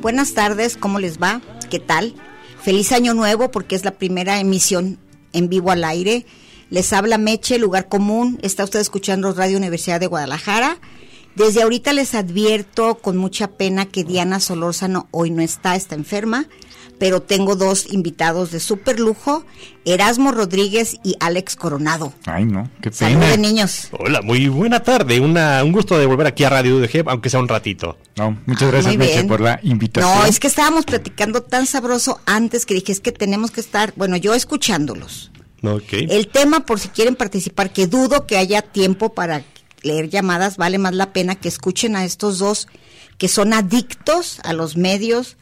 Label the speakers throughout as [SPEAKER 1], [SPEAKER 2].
[SPEAKER 1] Buenas tardes, ¿cómo les va? ¿Qué tal? Feliz año nuevo porque es la primera emisión en vivo al aire. Les habla Meche, lugar común. Está usted escuchando Radio Universidad de Guadalajara. Desde ahorita les advierto con mucha pena que Diana Solórzano hoy no está, está enferma, pero tengo dos invitados de super lujo, Erasmo Rodríguez y Alex Coronado.
[SPEAKER 2] Ay, no, qué pena.
[SPEAKER 1] Saludos niños.
[SPEAKER 3] Hola, muy buena tarde. Una, un gusto de volver aquí a Radio UDG, aunque sea un ratito.
[SPEAKER 2] No, muchas gracias,
[SPEAKER 1] Ah, Muy
[SPEAKER 2] Meche,
[SPEAKER 1] bien.
[SPEAKER 2] por la invitación.
[SPEAKER 1] No, es que estábamos platicando tan sabroso antes que dije, es que tenemos que estar, bueno, yo escuchándolos.
[SPEAKER 3] Ok.
[SPEAKER 1] El tema, por si quieren participar, que dudo que haya tiempo para leer llamadas, vale más la pena que escuchen a estos dos que son adictos a los medios,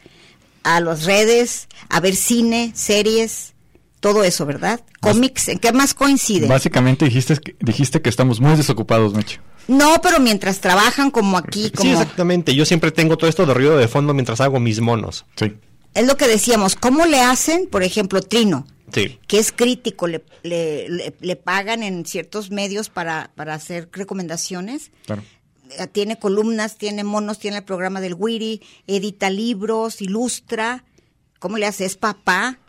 [SPEAKER 1] a las redes, a ver cine, series, todo eso, ¿verdad? Cómics, ¿en qué más coinciden?
[SPEAKER 2] Básicamente dijiste que, dijiste que estamos muy desocupados, Meche.
[SPEAKER 1] No, pero mientras trabajan como aquí,
[SPEAKER 3] Sí,
[SPEAKER 1] como...
[SPEAKER 3] exactamente. Yo siempre tengo todo esto de ruido de fondo mientras hago mis monos.
[SPEAKER 2] Sí.
[SPEAKER 1] es lo que decíamos, ¿cómo le hacen, por ejemplo, Trino?
[SPEAKER 3] Sí.
[SPEAKER 1] que es crítico, le, le, le- le pagan en ciertos medios para, para hacer recomendaciones.
[SPEAKER 2] Claro.
[SPEAKER 1] Eh, Tiene columnas, tiene monos, tiene el programa del Wiri, edita libros, ilustra. ¿Cómo le hace? Es papá.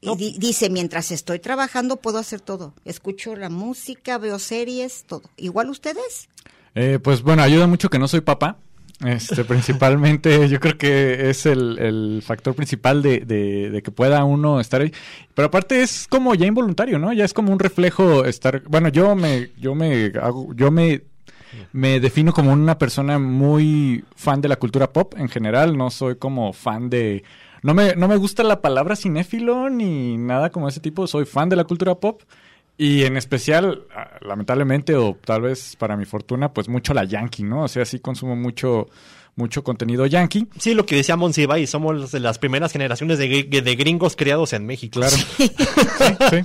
[SPEAKER 1] Y di- dice, mientras estoy trabajando puedo hacer todo. Escucho la música, veo series, todo. Igual ustedes.
[SPEAKER 2] Eh, pues bueno, ayuda mucho que no soy papá. Este, principalmente, yo creo que es el, el factor principal de, de- de que pueda uno estar ahí. Pero aparte es como ya involuntario, ¿no? Ya es como un reflejo estar. Bueno, yo me, yo me hago, yo me me defino como una persona muy fan de la cultura pop en general. No soy como fan de. No me, no me gusta la palabra cinéfilo ni nada como ese tipo. Soy fan de la cultura pop. Y en especial, ah, lamentablemente, o tal vez para mi fortuna, pues mucho la yankee, ¿no? O sea, sí consumo mucho, mucho contenido yankee.
[SPEAKER 3] Sí, lo que decía Monsi Bay, somos de las primeras generaciones de, gr- de gringos criados en México. Claro.
[SPEAKER 2] Sí.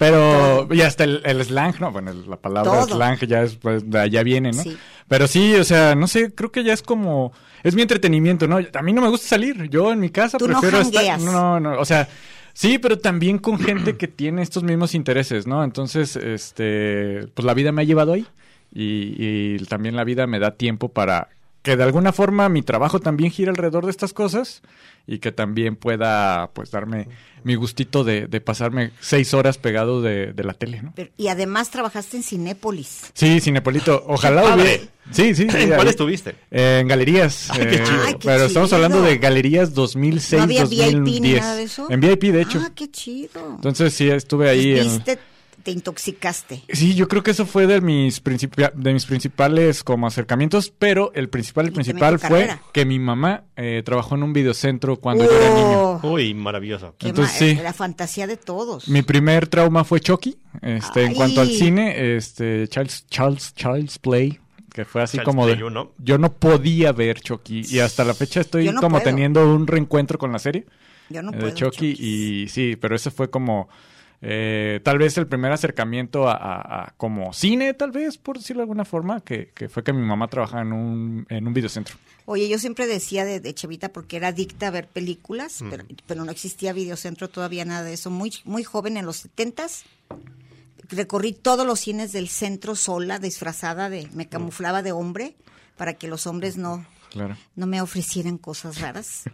[SPEAKER 2] Pero, y hasta el, el slang, ¿no? Bueno, el- la palabra
[SPEAKER 1] Todo.
[SPEAKER 2] slang ya es, pues, de allá viene, ¿no?
[SPEAKER 1] Sí.
[SPEAKER 2] Pero sí, o sea, no sé, creo que ya es como, es mi entretenimiento, ¿no? A mí no me gusta salir, yo en mi casa
[SPEAKER 1] Tú no
[SPEAKER 2] prefiero estar,
[SPEAKER 1] jangueas.
[SPEAKER 2] no, no, o sea, sí, pero también con gente que tiene estos mismos intereses, ¿no? Entonces, este, pues la vida me ha llevado ahí y, y también la vida me da tiempo para que de alguna forma mi trabajo también gira alrededor de estas cosas y que también pueda, pues, darme mi gustito de, de pasarme seis horas pegado de, de la tele, ¿no?
[SPEAKER 1] Pero- y además trabajaste en Cinépolis.
[SPEAKER 2] Sí, Cinepolito, ojalá
[SPEAKER 3] padre!
[SPEAKER 2] hubiera- Sí, sí. sí,
[SPEAKER 3] ¿En cuál
[SPEAKER 2] ahí-
[SPEAKER 3] estuviste?
[SPEAKER 2] eh, en galerías.
[SPEAKER 3] Ay, qué
[SPEAKER 2] eh,
[SPEAKER 3] chido.
[SPEAKER 1] Ay, qué
[SPEAKER 2] pero estamos
[SPEAKER 1] chido.
[SPEAKER 2] hablando de galerías 2006,
[SPEAKER 1] ¿No había VIP ni
[SPEAKER 2] 2010.
[SPEAKER 1] nada de eso?
[SPEAKER 2] En VIP, de hecho.
[SPEAKER 1] Ah, qué chido.
[SPEAKER 2] Entonces sí, estuve ahí. en-
[SPEAKER 1] Viste, te intoxicaste.
[SPEAKER 2] Sí, yo creo que eso fue de mis, principi- de mis principales como acercamientos, pero el principal, el
[SPEAKER 1] Y también
[SPEAKER 2] principal
[SPEAKER 1] tu
[SPEAKER 2] fue
[SPEAKER 1] carrera.
[SPEAKER 2] que mi mamá eh, trabajó en un videocentro cuando yo era niño.
[SPEAKER 1] Oh.
[SPEAKER 3] Uy, maravilloso.
[SPEAKER 1] Qué
[SPEAKER 2] Entonces,
[SPEAKER 1] ma-
[SPEAKER 2] sí.
[SPEAKER 1] La fantasía de todos.
[SPEAKER 2] Mi primer trauma fue Chucky. Este, en cuanto al
[SPEAKER 1] Ay.
[SPEAKER 2] cine, este, Charles, Charles, Charles Play, que fue así
[SPEAKER 3] Child's
[SPEAKER 2] como
[SPEAKER 3] Play
[SPEAKER 2] de,
[SPEAKER 3] uno.
[SPEAKER 2] yo no podía ver Chucky y hasta la fecha estoy
[SPEAKER 1] Yo no
[SPEAKER 2] como
[SPEAKER 1] puedo.
[SPEAKER 2] teniendo un reencuentro con la serie
[SPEAKER 1] Yo no
[SPEAKER 2] eh,
[SPEAKER 1] puedo.
[SPEAKER 2] de Chucky
[SPEAKER 1] Chucky.
[SPEAKER 2] y sí, pero ese fue como eh, tal vez el primer acercamiento a, a- a como cine, tal vez por decirlo de alguna forma, que, que fue que mi mamá trabajaba en un en un videocentro.
[SPEAKER 1] Oye, yo siempre decía de, de chavita porque era adicta a ver películas, pero, pero no existía videocentro todavía nada de eso. Muy muy joven en los setentas recorrí todos los cines del centro sola, disfrazada de, me camuflaba de hombre para que los hombres no
[SPEAKER 2] Claro.
[SPEAKER 1] no me ofrecieran cosas raras.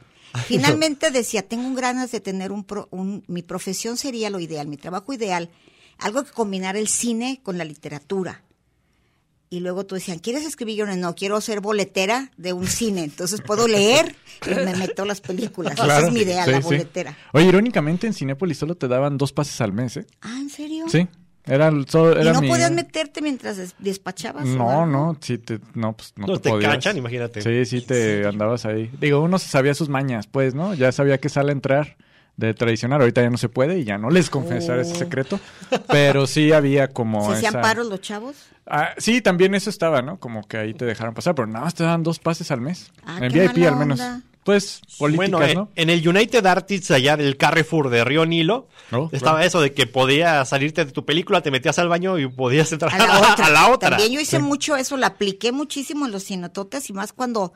[SPEAKER 1] Finalmente decía, tengo un ganas de tener un, pro- un- mi profesión sería lo ideal, mi trabajo ideal, algo que combinara el cine con la literatura. Y luego tú decían, ¿quieres escribir guiones? No, quiero ser boletera de un cine, entonces puedo leer y me meto a las películas. Esa es mi idea,
[SPEAKER 2] Sí,
[SPEAKER 1] la
[SPEAKER 2] sí.
[SPEAKER 1] boletera.
[SPEAKER 2] Oye, irónicamente en Cinépolis solo te daban dos pases al mes, ¿eh?
[SPEAKER 1] Ah, ¿en serio?
[SPEAKER 2] Sí. Era el- solo
[SPEAKER 1] ¿Y
[SPEAKER 2] era
[SPEAKER 1] no
[SPEAKER 2] mi-
[SPEAKER 1] podías meterte mientras des- despachabas? o
[SPEAKER 2] No,
[SPEAKER 1] algo?
[SPEAKER 2] no, sí te, no, pues no,
[SPEAKER 3] No, te
[SPEAKER 2] podías.
[SPEAKER 3] cachan, imagínate.
[SPEAKER 2] Sí, sí te
[SPEAKER 1] serio?
[SPEAKER 2] andabas ahí. Digo, uno se sabía sus mañas, pues, ¿no? Ya sabía que sale a entrar de traicionar. Ahorita ya no se puede y ya no les confesar ese
[SPEAKER 1] Oh.
[SPEAKER 2] secreto. Pero sí había como
[SPEAKER 1] ¿Se hacían
[SPEAKER 2] esa-
[SPEAKER 1] paros los chavos?
[SPEAKER 2] Ah, sí, también eso estaba, ¿no? Como que ahí te dejaron pasar, pero nada más te dan dos pases al mes.
[SPEAKER 1] Ah,
[SPEAKER 2] en
[SPEAKER 1] qué
[SPEAKER 2] VIP
[SPEAKER 1] mala
[SPEAKER 2] al menos.
[SPEAKER 1] onda.
[SPEAKER 2] Pues políticas,
[SPEAKER 3] Bueno, eh,
[SPEAKER 2] ¿no?
[SPEAKER 3] en el United Artists allá del Carrefour de Río Nilo,
[SPEAKER 2] Oh,
[SPEAKER 3] estaba
[SPEAKER 2] claro.
[SPEAKER 3] eso de que podías salirte de tu película, te metías al baño y podías entrar
[SPEAKER 1] a la otra.
[SPEAKER 3] a la otra.
[SPEAKER 1] También yo hice mucho eso, la apliqué muchísimo en los cinototes y más cuando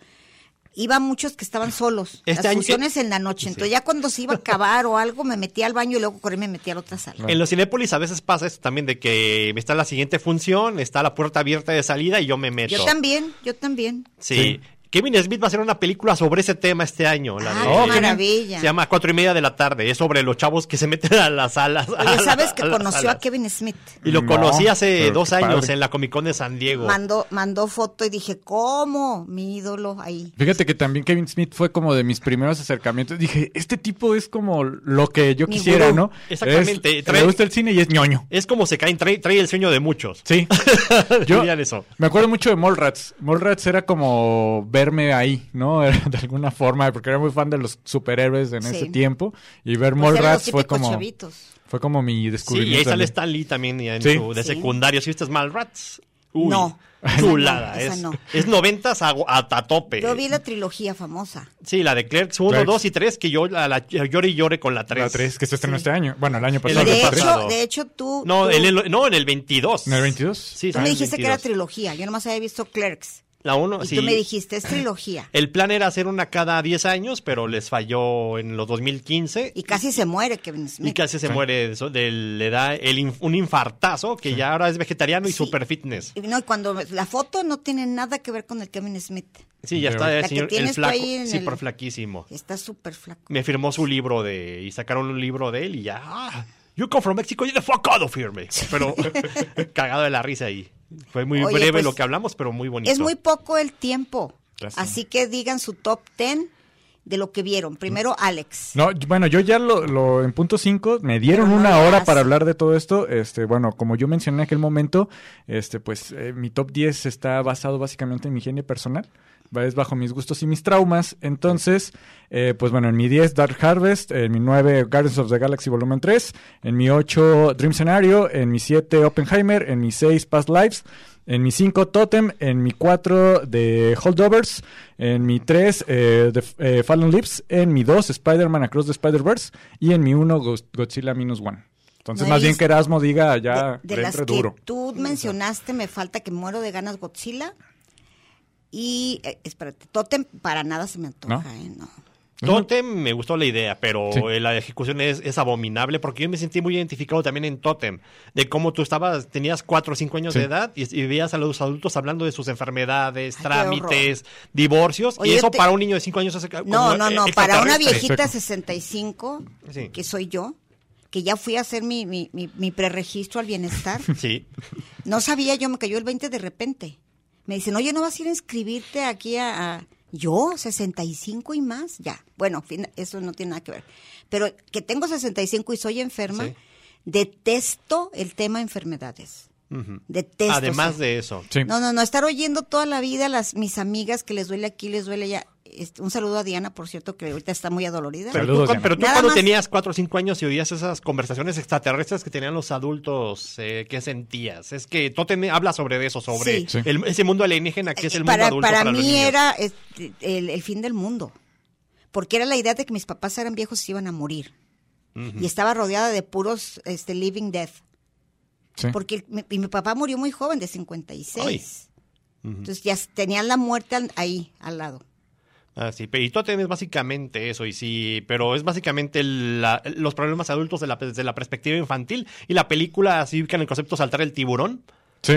[SPEAKER 1] iba muchos que estaban solos.
[SPEAKER 3] Este
[SPEAKER 1] las
[SPEAKER 3] año-
[SPEAKER 1] funciones en la noche. Entonces ya cuando se iba a acabar o algo, me metía al baño y luego corrí y me metía a la otra sala.
[SPEAKER 3] En los Cinépolis a veces pasa esto también de que está la siguiente función, está la puerta abierta de salida y yo me meto.
[SPEAKER 1] Yo también, yo también.
[SPEAKER 3] Sí.
[SPEAKER 2] Sí.
[SPEAKER 3] Kevin Smith va a hacer una película sobre ese tema este año. La
[SPEAKER 1] Ah,
[SPEAKER 3] de-
[SPEAKER 1] qué
[SPEAKER 3] Oh,
[SPEAKER 1] maravilla.
[SPEAKER 3] Se llama A Cuatro y Media de la Tarde. Es sobre los chavos que se meten a las salas. a
[SPEAKER 1] Oye,
[SPEAKER 3] la-
[SPEAKER 1] ¿sabes que
[SPEAKER 3] a las
[SPEAKER 1] conoció a
[SPEAKER 3] salas.
[SPEAKER 1] Kevin Smith?
[SPEAKER 3] Y lo
[SPEAKER 2] No,
[SPEAKER 3] conocí hace
[SPEAKER 2] pero
[SPEAKER 3] dos
[SPEAKER 2] qué
[SPEAKER 3] años
[SPEAKER 2] padre.
[SPEAKER 3] en la Comic Con de San Diego.
[SPEAKER 1] Mandó, mandó foto y dije, ¿cómo? Mi ídolo ahí.
[SPEAKER 2] Fíjate que también Kevin Smith fue como de mis primeros acercamientos. Dije, este tipo es como lo que yo
[SPEAKER 1] Mi
[SPEAKER 2] quisiera,
[SPEAKER 1] gurú.
[SPEAKER 2] ¿no?
[SPEAKER 3] Exactamente.
[SPEAKER 2] Es-
[SPEAKER 3] Trae-
[SPEAKER 2] le gusta el cine y es ñoño.
[SPEAKER 3] Es como se caen, trae, trae el sueño de muchos.
[SPEAKER 2] Sí. Yo
[SPEAKER 3] Dirían eso.
[SPEAKER 2] me acuerdo mucho de Mallrats. Mallrats era como verme ahí, ¿no? Era de alguna forma, porque era muy fan de los superhéroes en
[SPEAKER 1] Sí.
[SPEAKER 2] ese tiempo. Y ver
[SPEAKER 1] Pues eran los
[SPEAKER 2] Mallrats fue
[SPEAKER 1] típicos
[SPEAKER 2] como
[SPEAKER 1] chavitos.
[SPEAKER 2] fue como mi
[SPEAKER 3] Sí,
[SPEAKER 2] descubrimiento.
[SPEAKER 3] y ahí sale
[SPEAKER 2] también.
[SPEAKER 3] Stan Lee también en
[SPEAKER 2] Sí.
[SPEAKER 3] su, de
[SPEAKER 1] Sí.
[SPEAKER 3] secundario. Si viste Mal Rats. Uy,
[SPEAKER 1] No.
[SPEAKER 3] Chulada.
[SPEAKER 1] Esa no, esa
[SPEAKER 3] es,
[SPEAKER 1] no.
[SPEAKER 3] es noventas a, a- a tope.
[SPEAKER 1] Yo vi la trilogía famosa.
[SPEAKER 3] Sí, la de Clerks 1,
[SPEAKER 2] Clerks.
[SPEAKER 3] 2 y 3, que yo la, la lloré y lloré con la 3.
[SPEAKER 2] La 3, que se estrenó
[SPEAKER 1] Sí.
[SPEAKER 2] este año. Bueno, el año
[SPEAKER 1] Y
[SPEAKER 2] pasado.
[SPEAKER 3] año
[SPEAKER 1] de,
[SPEAKER 2] la tres.
[SPEAKER 1] hecho,
[SPEAKER 3] pasado.
[SPEAKER 1] de hecho, tú,
[SPEAKER 3] No,
[SPEAKER 1] tú,
[SPEAKER 3] en el, no, en el 22.
[SPEAKER 2] ¿En el 22?
[SPEAKER 3] Sí,
[SPEAKER 1] tú
[SPEAKER 3] en
[SPEAKER 1] me
[SPEAKER 3] el
[SPEAKER 1] dijiste que era
[SPEAKER 3] 22.
[SPEAKER 1] trilogía. Yo nomás había visto Clerks.
[SPEAKER 3] La 1,
[SPEAKER 1] Y
[SPEAKER 3] sí.
[SPEAKER 1] tú me dijiste, es trilogía.
[SPEAKER 3] El plan era hacer una cada 10 años, pero les falló en los 2015.
[SPEAKER 1] Y casi se muere Kevin
[SPEAKER 3] Y
[SPEAKER 1] Smith.
[SPEAKER 3] casi se muere, de eso- de- le da el inf- un infartazo que ya ahora es vegetariano y
[SPEAKER 1] Sí.
[SPEAKER 3] super fitness.
[SPEAKER 1] Y No, y cuando la foto no tiene nada que ver con el Kevin Smith.
[SPEAKER 3] Sí, ya
[SPEAKER 2] De
[SPEAKER 3] está
[SPEAKER 2] verdad.
[SPEAKER 3] el
[SPEAKER 1] La que
[SPEAKER 3] señor el
[SPEAKER 1] tienes tú
[SPEAKER 3] flaco,
[SPEAKER 1] ahí en
[SPEAKER 3] sí,
[SPEAKER 1] el-
[SPEAKER 3] por flaquísimo.
[SPEAKER 1] Está súper flaco.
[SPEAKER 3] Me firmó su libro de y sacaron un libro de él y ya. ah, you come from Mexico, you the fuck out of here, me. Pero cagado de la risa ahí. Fue muy
[SPEAKER 1] Oye,
[SPEAKER 3] breve
[SPEAKER 1] pues,
[SPEAKER 3] lo que hablamos, pero muy bonito.
[SPEAKER 1] Es muy poco el tiempo.
[SPEAKER 2] Lástima.
[SPEAKER 1] Así que digan su top 10 de lo que vieron. Primero, Alex.
[SPEAKER 2] No, yo- bueno, yo ya lo, lo- en punto 5 me dieron
[SPEAKER 1] Pero no
[SPEAKER 2] una
[SPEAKER 1] lo
[SPEAKER 2] hora
[SPEAKER 1] hace.
[SPEAKER 2] para hablar de todo esto. Este, bueno, como yo mencioné en aquel momento, este pues eh, mi top 10 está basado básicamente en mi higiene personal. Va- Es bajo mis gustos y mis traumas. Entonces, eh, pues bueno, en mi 10 Dark Harvest, en mi 9 Guardians of the Galaxy Volumen 3, en mi 8 Dream Scenario, en mi 7 Oppenheimer, en mi 6 Past Lives, en mi 5 Totem, en mi 4 de Holdovers, en mi 3 eh, de eh, Fallen Leaves, en mi 2 Spider-Man Across the Spider-Verse y en mi 1 Godzilla Minus One.
[SPEAKER 1] No
[SPEAKER 2] Entonces,
[SPEAKER 1] he
[SPEAKER 2] más bien
[SPEAKER 1] visto-
[SPEAKER 2] que Erasmo diga ya
[SPEAKER 1] de
[SPEAKER 2] le
[SPEAKER 1] las
[SPEAKER 2] entre
[SPEAKER 1] que
[SPEAKER 2] duro.
[SPEAKER 1] tú mencionaste, me falta que muero de ganas Godzilla. Y, eh, espérate, Totem para nada se me antoja,
[SPEAKER 2] ¿No?
[SPEAKER 1] ¿eh? No.
[SPEAKER 3] Totem me gustó la idea, pero
[SPEAKER 2] Sí.
[SPEAKER 3] eh, la ejecución es, es abominable porque yo me sentí muy identificado también en Totem, de cómo tú estabas, tenías cuatro o cinco años
[SPEAKER 2] Sí.
[SPEAKER 3] de edad y, y veías a los adultos hablando de sus enfermedades,
[SPEAKER 1] Ay, qué
[SPEAKER 3] trámites, divorcios,
[SPEAKER 1] Oye,
[SPEAKER 3] y
[SPEAKER 1] yo
[SPEAKER 3] eso
[SPEAKER 1] te-
[SPEAKER 3] para un niño de cinco años es como,
[SPEAKER 1] No, no,
[SPEAKER 3] eh,
[SPEAKER 1] no, para una
[SPEAKER 3] extraterrestre.
[SPEAKER 1] viejita de
[SPEAKER 2] Exacto.
[SPEAKER 1] 65,
[SPEAKER 3] Sí.
[SPEAKER 1] que soy yo, que ya fui a hacer mi, mi, mi, mi preregistro al bienestar,
[SPEAKER 3] Sí,
[SPEAKER 1] no sabía yo, me cayó el 20 de repente. Me dicen, oye, ¿no vas a ir a inscribirte aquí a...? a-". Yo, 65 y más, ya. Bueno, fin- eso no tiene nada que ver. Pero que tengo 65 y soy enferma,
[SPEAKER 3] Sí.
[SPEAKER 1] detesto el tema enfermedades. Detesto.
[SPEAKER 3] además
[SPEAKER 1] o sea,
[SPEAKER 3] de eso.
[SPEAKER 2] Sí.
[SPEAKER 1] No, no, no, estar oyendo toda la vida a las, mis amigas que les duele aquí, les duele allá. Este, Un saludo a Diana, por cierto, que ahorita está muy adolorida.
[SPEAKER 3] Pero
[SPEAKER 2] Saludos,
[SPEAKER 3] tú, cu-
[SPEAKER 2] Diana.
[SPEAKER 3] pero tú
[SPEAKER 1] Nada
[SPEAKER 3] cuando
[SPEAKER 1] más-
[SPEAKER 3] tenías cuatro o cinco años y oías esas conversaciones extraterrestres que tenían los adultos, eh, ¿qué sentías? Es que Totem habla sobre eso, sobre
[SPEAKER 1] Sí.
[SPEAKER 2] Sí.
[SPEAKER 3] el- ese mundo alienígena que es el mundo
[SPEAKER 1] para,
[SPEAKER 3] adulto.
[SPEAKER 1] para
[SPEAKER 3] los
[SPEAKER 1] mí
[SPEAKER 3] niños.
[SPEAKER 1] era este, el, el fin del mundo. Porque era la idea de que mis papás eran viejos y se iban a morir. Y estaba rodeada de puros este, living death.
[SPEAKER 2] Sí.
[SPEAKER 1] Porque el- mi, y mi papá murió muy joven, de 56.
[SPEAKER 3] Ay.
[SPEAKER 1] Entonces ya tenían la muerte al- ahí, al lado.
[SPEAKER 3] Ah, sí, pe- y Totem es básicamente eso, y sí, pero es básicamente el- la- los problemas adultos de la, desde la perspectiva infantil y la película así que en el concepto saltar el tiburón,
[SPEAKER 2] Sí,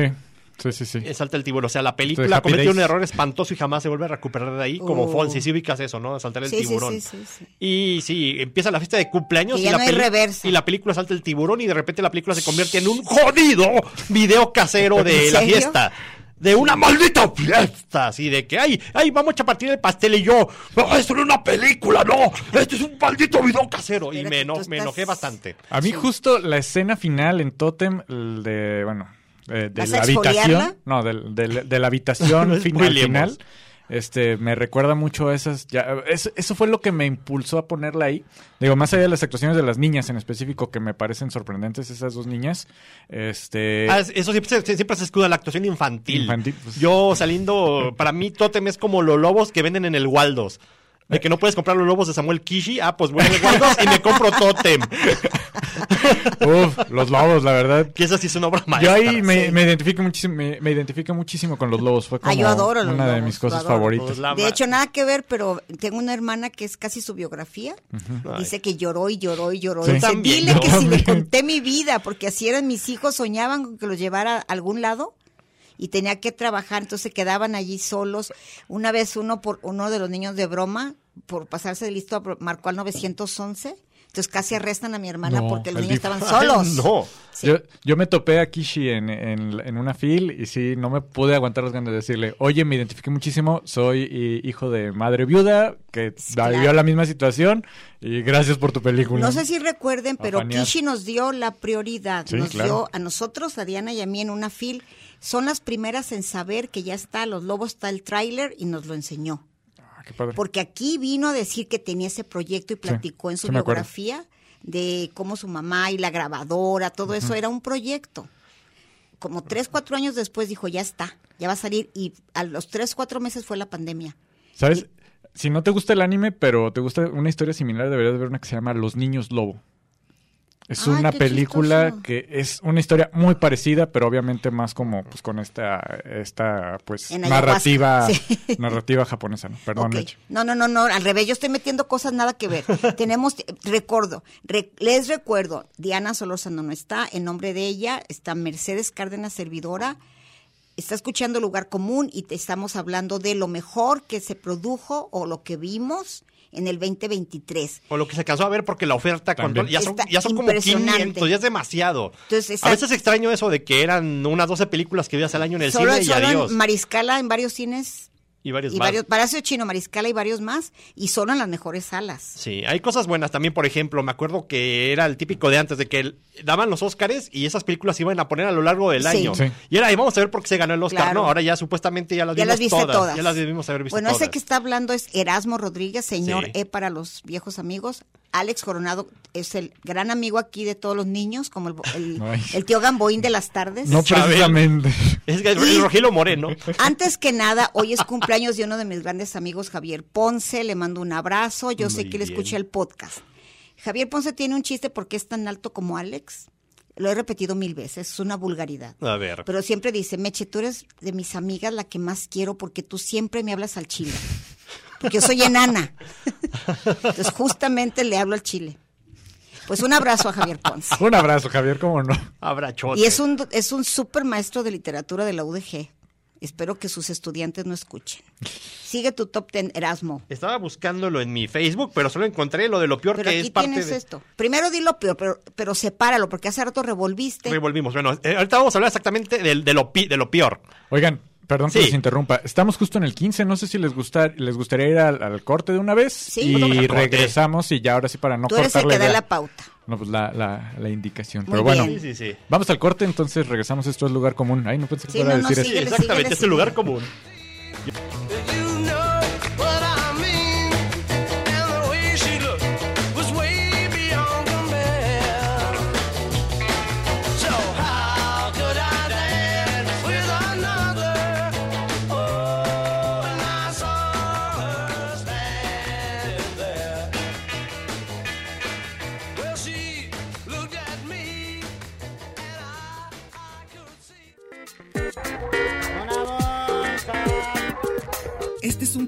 [SPEAKER 2] sí, sí, sí.
[SPEAKER 3] eh, salta el tiburón, o sea, la
[SPEAKER 2] Entonces,
[SPEAKER 3] película
[SPEAKER 2] Happy
[SPEAKER 3] comete un
[SPEAKER 2] Days.
[SPEAKER 3] error espantoso y jamás se vuelve a recuperar de ahí, como
[SPEAKER 1] Oh.
[SPEAKER 3] Fonsi, sí ubicas eso, ¿no? Saltar el
[SPEAKER 1] Sí, sí,
[SPEAKER 3] tiburón.
[SPEAKER 1] sí, sí, sí.
[SPEAKER 3] Y sí, empieza la fiesta de cumpleaños
[SPEAKER 1] Que
[SPEAKER 3] y
[SPEAKER 1] ya
[SPEAKER 3] la,
[SPEAKER 1] no hay
[SPEAKER 3] peli-
[SPEAKER 1] reversa.
[SPEAKER 3] y la película salta el tiburón y de repente la película se convierte en un jodido video casero de
[SPEAKER 1] ¿En
[SPEAKER 3] la
[SPEAKER 1] serio?
[SPEAKER 3] fiesta. De una maldita fiesta, así de que, ay, ay, vamos a partir el pastel y yo, no, esto no es una película, no, esto es un maldito video casero. Y
[SPEAKER 1] Espérate,
[SPEAKER 3] me,
[SPEAKER 1] tú
[SPEAKER 3] eno- me
[SPEAKER 1] estás-
[SPEAKER 3] enojé bastante.
[SPEAKER 2] A mí justo la escena final en Totem el de, bueno, eh, de
[SPEAKER 1] ¿Vas
[SPEAKER 2] la
[SPEAKER 1] a exfoliarla?
[SPEAKER 2] habitación, no, del- del- de, la habitación
[SPEAKER 3] Es
[SPEAKER 2] final,
[SPEAKER 3] muy liemos.
[SPEAKER 2] final, este, me recuerda mucho a esas, ya, eso, eso fue lo que me impulsó a ponerla ahí. Digo, más allá de las actuaciones de las niñas en específico que me parecen sorprendentes, esas dos niñas, este,
[SPEAKER 3] Ah, es- eso siempre, se- siempre se escuda en la actuación infantil.
[SPEAKER 2] Infantil, pues.
[SPEAKER 3] Yo saliendo, para mí Totem es como los lobos que venden en el Waldos. De que no puedes comprar los lobos de Samuel Kishi, ah, pues voy al Waldos y me compro Totem.
[SPEAKER 2] uf, los lobos, la verdad.
[SPEAKER 3] Que esa sí es una obra
[SPEAKER 2] Yo
[SPEAKER 3] maestra.
[SPEAKER 2] ahí me,
[SPEAKER 1] sí.
[SPEAKER 2] me identifico muchísimo, me, me identifico muchísimo con los lobos. Fue
[SPEAKER 1] Ah,
[SPEAKER 2] como
[SPEAKER 1] yo adoro los
[SPEAKER 2] una de
[SPEAKER 1] lobos,
[SPEAKER 2] mis
[SPEAKER 1] lo
[SPEAKER 2] cosas
[SPEAKER 1] adoro.
[SPEAKER 2] favoritas.
[SPEAKER 3] Pues la
[SPEAKER 1] De
[SPEAKER 3] ma-
[SPEAKER 1] hecho, nada que ver, pero tengo una hermana que es casi su biografía. Dice que lloró y lloró y lloró.
[SPEAKER 2] Sí.
[SPEAKER 1] Dice,
[SPEAKER 3] También,
[SPEAKER 1] dile
[SPEAKER 3] yo
[SPEAKER 1] que si le
[SPEAKER 2] también.
[SPEAKER 1] conté mi vida, porque así eran mis hijos, soñaban con que los llevara a algún lado. y tenía que trabajar, entonces se quedaban allí solos. Una vez uno por uno de los niños de broma por pasarse de listo apro- marcó al 911. Entonces casi arrestan a mi hermana
[SPEAKER 2] No,
[SPEAKER 1] porque los
[SPEAKER 2] el
[SPEAKER 1] niños
[SPEAKER 2] dif-
[SPEAKER 1] estaban solos.
[SPEAKER 3] No.
[SPEAKER 1] Sí.
[SPEAKER 2] Yo, yo me topé a Kishi en, en- en una fil y sí, no me pude aguantar las ganas de decirle, oye, me identifiqué muchísimo, soy eh, hijo de madre viuda que
[SPEAKER 1] Sí,
[SPEAKER 2] la- vivió
[SPEAKER 1] claro.
[SPEAKER 2] la misma situación y gracias por tu película.
[SPEAKER 1] No sé si recuerden, pero
[SPEAKER 2] Apañar.
[SPEAKER 1] Kishi nos dio la prioridad.
[SPEAKER 2] Sí,
[SPEAKER 1] nos
[SPEAKER 2] claro.
[SPEAKER 1] dio a nosotros, a Diana y a mí en una fil. Son las primeras en saber que ya está Los Lobos, está el tráiler y nos lo enseñó.
[SPEAKER 2] Ah, qué padre.
[SPEAKER 1] Porque aquí vino a decir que tenía ese proyecto y platicó en su
[SPEAKER 2] sí me acuerdo.
[SPEAKER 1] biografía de cómo su mamá y la grabadora, todo eso era un proyecto. Como tres, cuatro años después dijo, ya está, ya va a salir. Y a los tres, cuatro meses fue la pandemia.
[SPEAKER 2] ¿Sabes? Si no te gusta el anime, pero te gusta una historia similar, deberías ver una que se llama Los Niños Lobo. Es
[SPEAKER 1] Ay,
[SPEAKER 2] una
[SPEAKER 1] qué
[SPEAKER 2] película
[SPEAKER 1] chistoso.
[SPEAKER 2] que es una historia muy parecida, pero obviamente más como pues con esta esta pues
[SPEAKER 1] En ayahuasca,
[SPEAKER 2] narrativa
[SPEAKER 1] sí.
[SPEAKER 2] narrativa japonesa, ¿no? Perdón.
[SPEAKER 1] Ok.
[SPEAKER 2] Meche.
[SPEAKER 1] No, no, no, no, al revés, yo estoy metiendo cosas nada que ver. Tenemos, eh, recuerdo, re- les recuerdo, Diana Solórzano no está, en nombre de ella está Mercedes Cárdenas Servidora, está escuchando Lugar Común y te estamos hablando de lo mejor que se produjo o lo que vimos en el 2023.
[SPEAKER 3] O lo que se alcanzó a ver porque la oferta con
[SPEAKER 2] También.
[SPEAKER 3] todo- ya son,
[SPEAKER 1] Está
[SPEAKER 3] ya son como
[SPEAKER 1] impresionante.
[SPEAKER 3] 500, ya es demasiado.
[SPEAKER 1] Entonces,
[SPEAKER 3] a
[SPEAKER 1] exacto.
[SPEAKER 3] veces extraño eso de que eran unas 12 películas que veías al año en el
[SPEAKER 1] solo
[SPEAKER 3] cine y
[SPEAKER 1] solo
[SPEAKER 3] adiós.
[SPEAKER 1] en Mariscala, en varios cines,
[SPEAKER 3] y varios
[SPEAKER 1] y
[SPEAKER 3] más.
[SPEAKER 1] varios, Palacio Chino, Mariscala y varios más, y solo en las mejores salas.
[SPEAKER 3] Sí, hay cosas buenas también, por ejemplo, me acuerdo que era el típico de antes, de que el- daban los Óscares y esas películas se iban a poner a lo largo del
[SPEAKER 1] Sí.
[SPEAKER 3] año.
[SPEAKER 2] Sí.
[SPEAKER 3] Y era, y vamos a ver por qué se ganó el Óscar.
[SPEAKER 1] Claro.
[SPEAKER 3] No, ahora ya supuestamente ya las
[SPEAKER 1] Ya
[SPEAKER 3] vimos
[SPEAKER 1] las viste todas.
[SPEAKER 3] Ya las debimos haber visto
[SPEAKER 1] bueno,
[SPEAKER 3] todas.
[SPEAKER 1] ese que está hablando es Erasmo Rodríguez, señor
[SPEAKER 3] Sí.
[SPEAKER 1] E para los viejos amigos. Alex Coronado es el gran amigo aquí de todos los niños, como el, el-
[SPEAKER 2] Ay.
[SPEAKER 1] el tío Gamboín de las tardes.
[SPEAKER 2] No
[SPEAKER 3] Chabel.
[SPEAKER 2] precisamente.
[SPEAKER 3] Es que el Rogelio Moreno.
[SPEAKER 1] Antes que nada, hoy es cumpleaños de uno de mis grandes amigos, Javier Ponce. Le mando un abrazo. Yo sé
[SPEAKER 3] Muy
[SPEAKER 1] que él
[SPEAKER 3] bien.
[SPEAKER 1] escucha el podcast. Javier Ponce tiene un chiste porque es tan alto como Alex. Lo he repetido mil veces, es una vulgaridad.
[SPEAKER 3] A ver.
[SPEAKER 1] Pero siempre dice, Meche, tú eres de mis amigas la que más quiero porque tú siempre me hablas al chile. Porque yo soy enana. Entonces justamente le hablo al chile. Pues un abrazo a Javier Ponce.
[SPEAKER 2] Un abrazo, Javier, cómo no.
[SPEAKER 3] Abrachote.
[SPEAKER 1] Y es un, es un súper maestro de literatura de la UDG. Espero que sus estudiantes no escuchen. Sigue tu top ten, Erasmo.
[SPEAKER 3] Estaba buscándolo en mi Facebook, pero solo encontré lo de lo peor
[SPEAKER 1] Pero
[SPEAKER 3] que
[SPEAKER 1] aquí
[SPEAKER 3] es parte
[SPEAKER 1] tienes este
[SPEAKER 3] de...
[SPEAKER 1] esto. Primero di lo peor, pero, pero sepáralo, porque hace rato revolviste.
[SPEAKER 3] Revolvimos. Bueno, eh, ahorita vamos a hablar exactamente del- de, lo, pi- de lo peor.
[SPEAKER 2] Oigan, perdón que
[SPEAKER 3] Sí.
[SPEAKER 2] les interrumpa. Estamos justo en el 15, no sé si les gusta les gustaría ir al, al corte de una vez
[SPEAKER 1] Sí. Vamos
[SPEAKER 3] al
[SPEAKER 2] y
[SPEAKER 3] corte.
[SPEAKER 2] regresamos y ya ahora sí para no
[SPEAKER 1] tú eres el
[SPEAKER 2] cortar
[SPEAKER 1] que da
[SPEAKER 2] idea.
[SPEAKER 1] la pauta.
[SPEAKER 2] No, pues la, la, la indicación.
[SPEAKER 1] Muy
[SPEAKER 2] Pero bueno,
[SPEAKER 1] bien.
[SPEAKER 3] Sí, sí, sí.
[SPEAKER 2] vamos al corte, entonces regresamos. Esto es lugar común. Ay, no pensé que
[SPEAKER 1] Sí,
[SPEAKER 2] fuera a
[SPEAKER 1] no, no,
[SPEAKER 2] decir
[SPEAKER 1] sí.
[SPEAKER 2] eso.
[SPEAKER 3] Sí,
[SPEAKER 1] Síguele,
[SPEAKER 3] exactamente.
[SPEAKER 1] síguele,
[SPEAKER 3] es el lugar común.
[SPEAKER 4] You know what I mean, and the way she looked was way beyond compare. So how could I dance with another? Oh, and I saw her standing there. Well, she looked at me, and I, I could see.
[SPEAKER 5] Este es un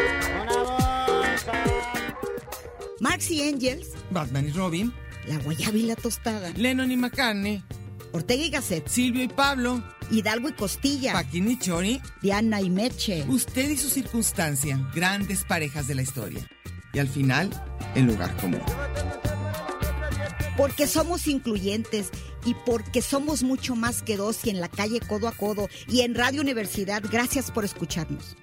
[SPEAKER 1] Marx y Engels,
[SPEAKER 5] Batman y Robin,
[SPEAKER 1] La Guayaba y la Tostada,
[SPEAKER 5] Lennon y McCartney,
[SPEAKER 1] Ortega y Gasset,
[SPEAKER 5] Silvio y Pablo,
[SPEAKER 1] Hidalgo y Costilla,
[SPEAKER 5] Paquín y Chori,
[SPEAKER 1] Diana y Meche.
[SPEAKER 5] usted y su circunstancia, grandes parejas de la historia. Y al final, el lugar común.
[SPEAKER 1] Porque somos incluyentes y porque somos mucho más que dos y en la calle codo a codo y en Radio Universidad. Gracias por escucharnos.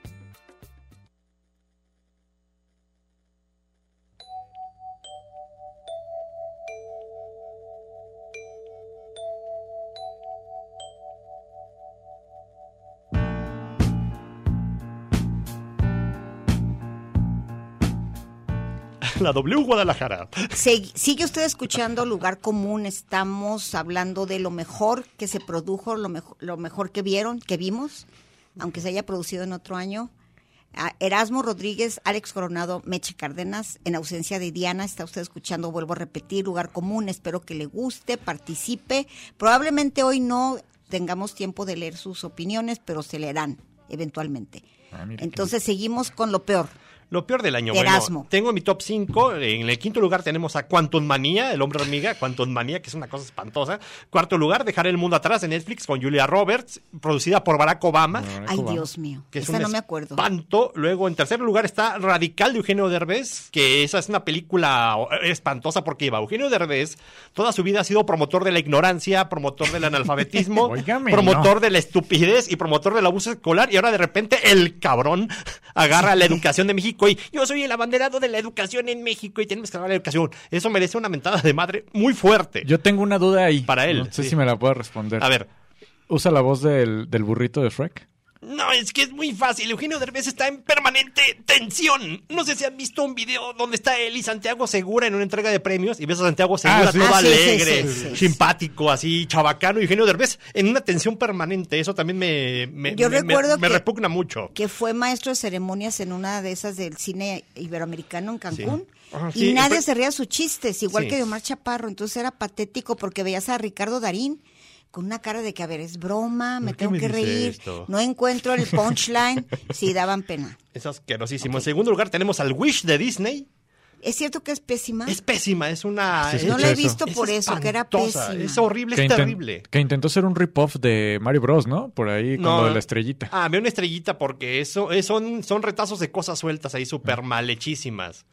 [SPEAKER 3] La W Guadalajara.
[SPEAKER 1] Se- sigue usted escuchando Lugar Común. Estamos hablando de lo mejor que se produjo, lo, mejo- lo mejor que vieron, que vimos aunque se haya producido en otro año. A Erasmo Rodríguez, Alex Coronado, Meche Cárdenas, en ausencia de Diana, está usted escuchando, vuelvo a repetir, lugar común, espero que le guste, participe. Probablemente hoy no tengamos tiempo de leer sus opiniones, pero se leerán eventualmente.
[SPEAKER 2] Ah, mira qué
[SPEAKER 1] Entonces seguimos con lo peor.
[SPEAKER 3] Lo peor del año,
[SPEAKER 1] De
[SPEAKER 3] bueno,
[SPEAKER 1] Erasmo.
[SPEAKER 3] tengo en mi top 5, en el quinto lugar tenemos a Quantum Manía, el hombre hormiga, Quantum Manía, que es una cosa espantosa. Cuarto lugar, Dejar el mundo atrás de Netflix con Julia Roberts, producida por Barack Obama.
[SPEAKER 2] Bueno,
[SPEAKER 1] Ay,
[SPEAKER 2] Cuba.
[SPEAKER 1] Dios mío,
[SPEAKER 3] Ah, que es
[SPEAKER 1] esa
[SPEAKER 3] un
[SPEAKER 1] no me acuerdo.
[SPEAKER 3] espanto. Luego, en tercer lugar, está Radical de Eugenio Derbez, que esa es una película eh, espantosa porque iba. Eugenio Derbez toda su vida ha sido promotor de la ignorancia, promotor del analfabetismo,
[SPEAKER 2] Óigame,
[SPEAKER 3] promotor de la estupidez y promotor del abuso escolar. Y ahora, de repente, el cabrón agarra la educación de México y yo soy el abanderado de la educación en México y tenemos que hablar de educación. Eso merece una mentada de madre muy fuerte.
[SPEAKER 2] Yo tengo una duda ahí.
[SPEAKER 3] Para él,
[SPEAKER 2] No sé
[SPEAKER 3] sí.
[SPEAKER 2] si me la puedo responder.
[SPEAKER 3] A ver.
[SPEAKER 2] Usa la voz del, del burrito de Shrek.
[SPEAKER 3] No, es que es muy fácil. Eugenio Derbez está en permanente tensión. No sé si han visto un video donde está él y Santiago Segura en una entrega de premios y ves a Santiago Segura
[SPEAKER 2] Ah, sí.
[SPEAKER 3] todo
[SPEAKER 1] Ah, sí, sí,
[SPEAKER 3] alegre,
[SPEAKER 1] sí, sí, sí.
[SPEAKER 3] simpático, así, chabacano. Y Eugenio Derbez en una tensión permanente. Eso también me, me,
[SPEAKER 1] Yo
[SPEAKER 3] me- me-
[SPEAKER 1] recuerdo
[SPEAKER 3] me
[SPEAKER 1] que-
[SPEAKER 3] repugna mucho.
[SPEAKER 1] que fue maestro de ceremonias en una de esas del cine iberoamericano en Cancún.
[SPEAKER 3] Sí. Ah,
[SPEAKER 1] y
[SPEAKER 3] sí,
[SPEAKER 1] nadie
[SPEAKER 3] pero-
[SPEAKER 1] se ría de sus chistes, igual
[SPEAKER 3] Sí.
[SPEAKER 1] que de Omar Chaparro. Entonces era patético porque veías a Ricardo Darín con una cara de que, a ver, es broma, me
[SPEAKER 3] ¿Por qué
[SPEAKER 1] tengo
[SPEAKER 3] me
[SPEAKER 1] que
[SPEAKER 3] dice
[SPEAKER 1] reír,
[SPEAKER 3] esto?
[SPEAKER 1] no encuentro el punchline. sí, daban pena.
[SPEAKER 3] Es asquerosísimo. En segundo lugar tenemos al Wish de Disney.
[SPEAKER 1] ¿Es cierto que es pésima?
[SPEAKER 3] Es pésima, es una...
[SPEAKER 2] Sí,
[SPEAKER 3] es-
[SPEAKER 2] sí,
[SPEAKER 1] Ah. no la he
[SPEAKER 2] eso.
[SPEAKER 1] visto
[SPEAKER 3] es
[SPEAKER 1] por eso, que era
[SPEAKER 3] espantosa,
[SPEAKER 1] pésima.
[SPEAKER 3] Es horrible,
[SPEAKER 2] Que
[SPEAKER 3] es
[SPEAKER 2] inten-
[SPEAKER 3] terrible.
[SPEAKER 2] Que intentó ser un rip-off de Mario Bros, ¿no? Por ahí con lo de la estrellita.
[SPEAKER 3] Ah, ve una estrellita porque eso es- son, son retazos de cosas sueltas ahí súper mal hechísimas.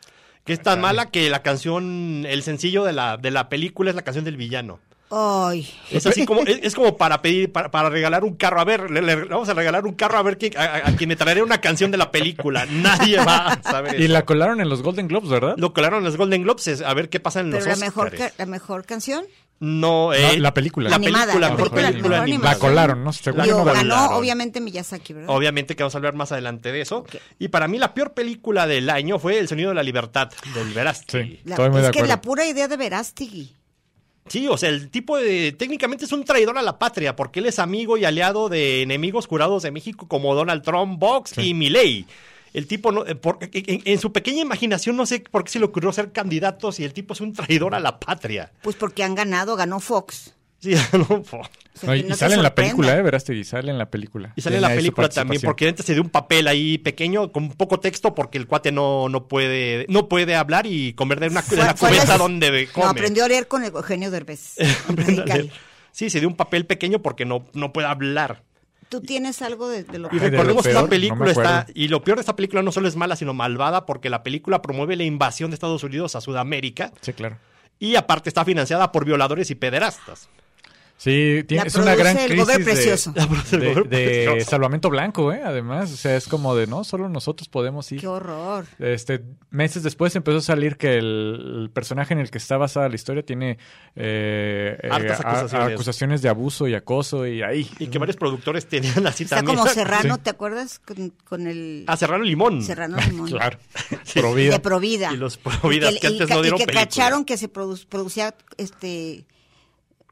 [SPEAKER 3] Que es tan mala que la canción, el sencillo de la, de la película es la canción del villano.
[SPEAKER 1] Ay,
[SPEAKER 3] Es así como, es, es como para pedir, para, para regalar un carro. A ver, le, le- le vamos a regalar un carro a ver quién- a, a- a quien le traeré una canción de la película. Nadie va a saber.
[SPEAKER 2] Y
[SPEAKER 3] eso.
[SPEAKER 2] la colaron en los Golden Globes, ¿verdad?
[SPEAKER 3] Lo colaron en los Golden Globes, es a ver qué pasa en
[SPEAKER 1] pero
[SPEAKER 3] los
[SPEAKER 1] la mejor,
[SPEAKER 3] Óscares.
[SPEAKER 1] ca- la mejor canción.
[SPEAKER 3] No, eh,
[SPEAKER 2] No, la película.
[SPEAKER 3] La
[SPEAKER 1] Animada,
[SPEAKER 3] película,
[SPEAKER 1] la
[SPEAKER 3] mejor
[SPEAKER 2] película,
[SPEAKER 3] película
[SPEAKER 2] mejor
[SPEAKER 3] animada.
[SPEAKER 2] La colaron, ¿no?
[SPEAKER 1] Digo,
[SPEAKER 2] Según yo la
[SPEAKER 1] ganó
[SPEAKER 3] colaron.
[SPEAKER 1] obviamente Miyazaki, ¿verdad?
[SPEAKER 3] Obviamente que vamos a hablar más adelante de eso.
[SPEAKER 1] Ok.
[SPEAKER 3] Y para mí la peor película del año fue El sonido de la libertad del Verástegui.
[SPEAKER 2] Sí.
[SPEAKER 3] Sí.
[SPEAKER 1] La-
[SPEAKER 2] Estoy muy de
[SPEAKER 1] es que
[SPEAKER 2] acuerdo.
[SPEAKER 1] la pura idea de Verástegui.
[SPEAKER 3] o sea, el tipo de técnicamente es un traidor a la patria porque él es amigo y aliado de enemigos jurados de México como Donald Trump, Vox y Milei. El tipo, no, eh, por- en, en su pequeña imaginación, no sé por qué se le ocurrió ser candidato si el tipo es un traidor a la patria.
[SPEAKER 1] Pues porque han ganado, ganó Fox.
[SPEAKER 3] Sí, no, po.
[SPEAKER 1] O sea,
[SPEAKER 2] No,
[SPEAKER 1] que
[SPEAKER 2] y,
[SPEAKER 1] no
[SPEAKER 2] y
[SPEAKER 1] te
[SPEAKER 2] sale en la
[SPEAKER 1] sorprenda.
[SPEAKER 2] película, ¿eh? Verás, y sale en la película.
[SPEAKER 3] Y sale
[SPEAKER 2] Tiene
[SPEAKER 3] en la
[SPEAKER 2] ahí su
[SPEAKER 3] película también,
[SPEAKER 2] participación.
[SPEAKER 3] porque antes se dio un papel ahí pequeño, con poco texto, porque el cuate no, no puede, no puede hablar y comer de una de
[SPEAKER 1] Fue-
[SPEAKER 3] la
[SPEAKER 1] fue
[SPEAKER 3] cubeta
[SPEAKER 1] las-
[SPEAKER 3] donde come.
[SPEAKER 1] No, aprendió a leer con el Eugenio Derbez.
[SPEAKER 3] Aprendió a leer.
[SPEAKER 1] Radical.
[SPEAKER 3] Sí, se dio un papel pequeño porque no, no puede hablar.
[SPEAKER 1] Tú tienes algo de, de lo
[SPEAKER 3] Y
[SPEAKER 2] Ay, de lo
[SPEAKER 3] recordemos que la
[SPEAKER 2] peor, no
[SPEAKER 3] película
[SPEAKER 2] me
[SPEAKER 3] está.
[SPEAKER 2] acuerdo.
[SPEAKER 3] Y lo peor de esta película no solo es mala, sino malvada, porque la película promueve la invasión de Estados Unidos a Sudamérica
[SPEAKER 2] Sí, claro.
[SPEAKER 3] y aparte está financiada por violadores y pederastas.
[SPEAKER 2] Sí, tiene-
[SPEAKER 1] La
[SPEAKER 2] es una gran
[SPEAKER 1] produce el
[SPEAKER 2] crisis
[SPEAKER 1] Gober
[SPEAKER 2] de-
[SPEAKER 1] Precioso.
[SPEAKER 3] La produce el
[SPEAKER 2] de,
[SPEAKER 3] Gober
[SPEAKER 2] de
[SPEAKER 3] Precioso.
[SPEAKER 2] salvamento blanco, ¿eh? Además, o sea, es como de, no, solo nosotros podemos ir.
[SPEAKER 1] Qué horror.
[SPEAKER 2] Este, meses después empezó a salir que el, el personaje en el que está basada la historia tiene eh, eh,
[SPEAKER 3] Hartas
[SPEAKER 2] a-
[SPEAKER 3] acusaciones.
[SPEAKER 2] acusaciones de abuso y acoso y ahí.
[SPEAKER 3] Y que varios productores tenían así
[SPEAKER 1] Está
[SPEAKER 3] también.
[SPEAKER 1] como Serrano,
[SPEAKER 2] Sí.
[SPEAKER 1] ¿te acuerdas? Con, con el
[SPEAKER 3] A Serrano Limón.
[SPEAKER 1] Serrano Limón.
[SPEAKER 2] Claro.
[SPEAKER 3] Sí.
[SPEAKER 2] Provida.
[SPEAKER 1] De Provida.
[SPEAKER 3] Y los Providas
[SPEAKER 1] Y
[SPEAKER 3] que antes
[SPEAKER 1] y ca-
[SPEAKER 3] no dieron
[SPEAKER 1] Y que
[SPEAKER 3] película.
[SPEAKER 1] cacharon que se produ- producía este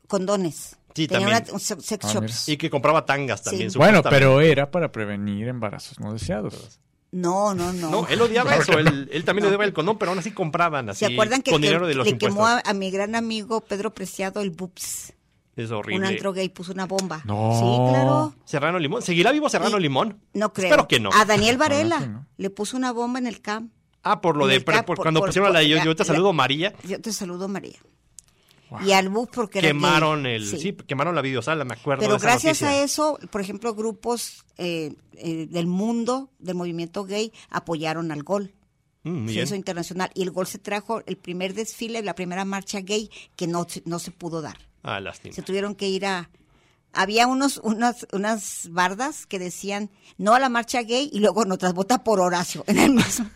[SPEAKER 1] condones.
[SPEAKER 3] Sí,
[SPEAKER 1] Tenía
[SPEAKER 3] también.
[SPEAKER 1] una- un se- sex
[SPEAKER 2] Ah,
[SPEAKER 1] shops.
[SPEAKER 3] Y que compraba tangas también.
[SPEAKER 1] Sí.
[SPEAKER 2] Bueno,
[SPEAKER 3] supuestamente.
[SPEAKER 2] pero era para prevenir embarazos no deseados.
[SPEAKER 1] No, no, no.
[SPEAKER 3] No, él odiaba eso. Él, él también odiaba el condón, pero aún así compraban así.
[SPEAKER 1] ¿Se acuerdan que,
[SPEAKER 3] con
[SPEAKER 1] que-
[SPEAKER 3] dinero de los
[SPEAKER 1] le quemó a,
[SPEAKER 3] impuestos.
[SPEAKER 1] a mi gran amigo Pedro Preciado el Bups?
[SPEAKER 3] Es
[SPEAKER 1] Un
[SPEAKER 3] horrible.
[SPEAKER 1] antro gay puso una bomba.
[SPEAKER 2] No.
[SPEAKER 1] Sí, claro.
[SPEAKER 3] Serrano Limón. ¿Seguirá vivo Serrano
[SPEAKER 1] Y-
[SPEAKER 3] Limón?
[SPEAKER 1] No creo. Ah,
[SPEAKER 3] Espero que no.
[SPEAKER 1] A Daniel
[SPEAKER 2] Ojalá
[SPEAKER 1] Varela
[SPEAKER 2] que no.
[SPEAKER 1] le puso una bomba en el camp.
[SPEAKER 3] Ah, por lo de.
[SPEAKER 1] Está por-
[SPEAKER 3] por- cuando
[SPEAKER 1] por-
[SPEAKER 3] pusieron a la
[SPEAKER 1] por-
[SPEAKER 3] yo,
[SPEAKER 1] la-
[SPEAKER 3] yo te
[SPEAKER 1] la-
[SPEAKER 3] saludo María.
[SPEAKER 1] Yo te saludo, María.
[SPEAKER 2] Wow.
[SPEAKER 1] Y al bus porque era
[SPEAKER 3] Quemaron
[SPEAKER 1] gay.
[SPEAKER 3] el. Sí. quemaron la videosala, me acuerdo.
[SPEAKER 1] Pero
[SPEAKER 3] de esa
[SPEAKER 1] gracias
[SPEAKER 3] noticia.
[SPEAKER 1] a eso, por ejemplo, grupos eh, eh, del mundo, del movimiento gay, apoyaron al gol.
[SPEAKER 3] Mm,
[SPEAKER 1] Se
[SPEAKER 3] bien.
[SPEAKER 1] hizo internacional. Y el gol se trajo el primer desfile, la primera marcha gay que no, se- no se pudo dar.
[SPEAKER 3] Ah, lástima.
[SPEAKER 1] Se tuvieron que ir a... Había unos, unas, unas bardas que decían no a la marcha gay y luego otras vota por Horacio en el mismo.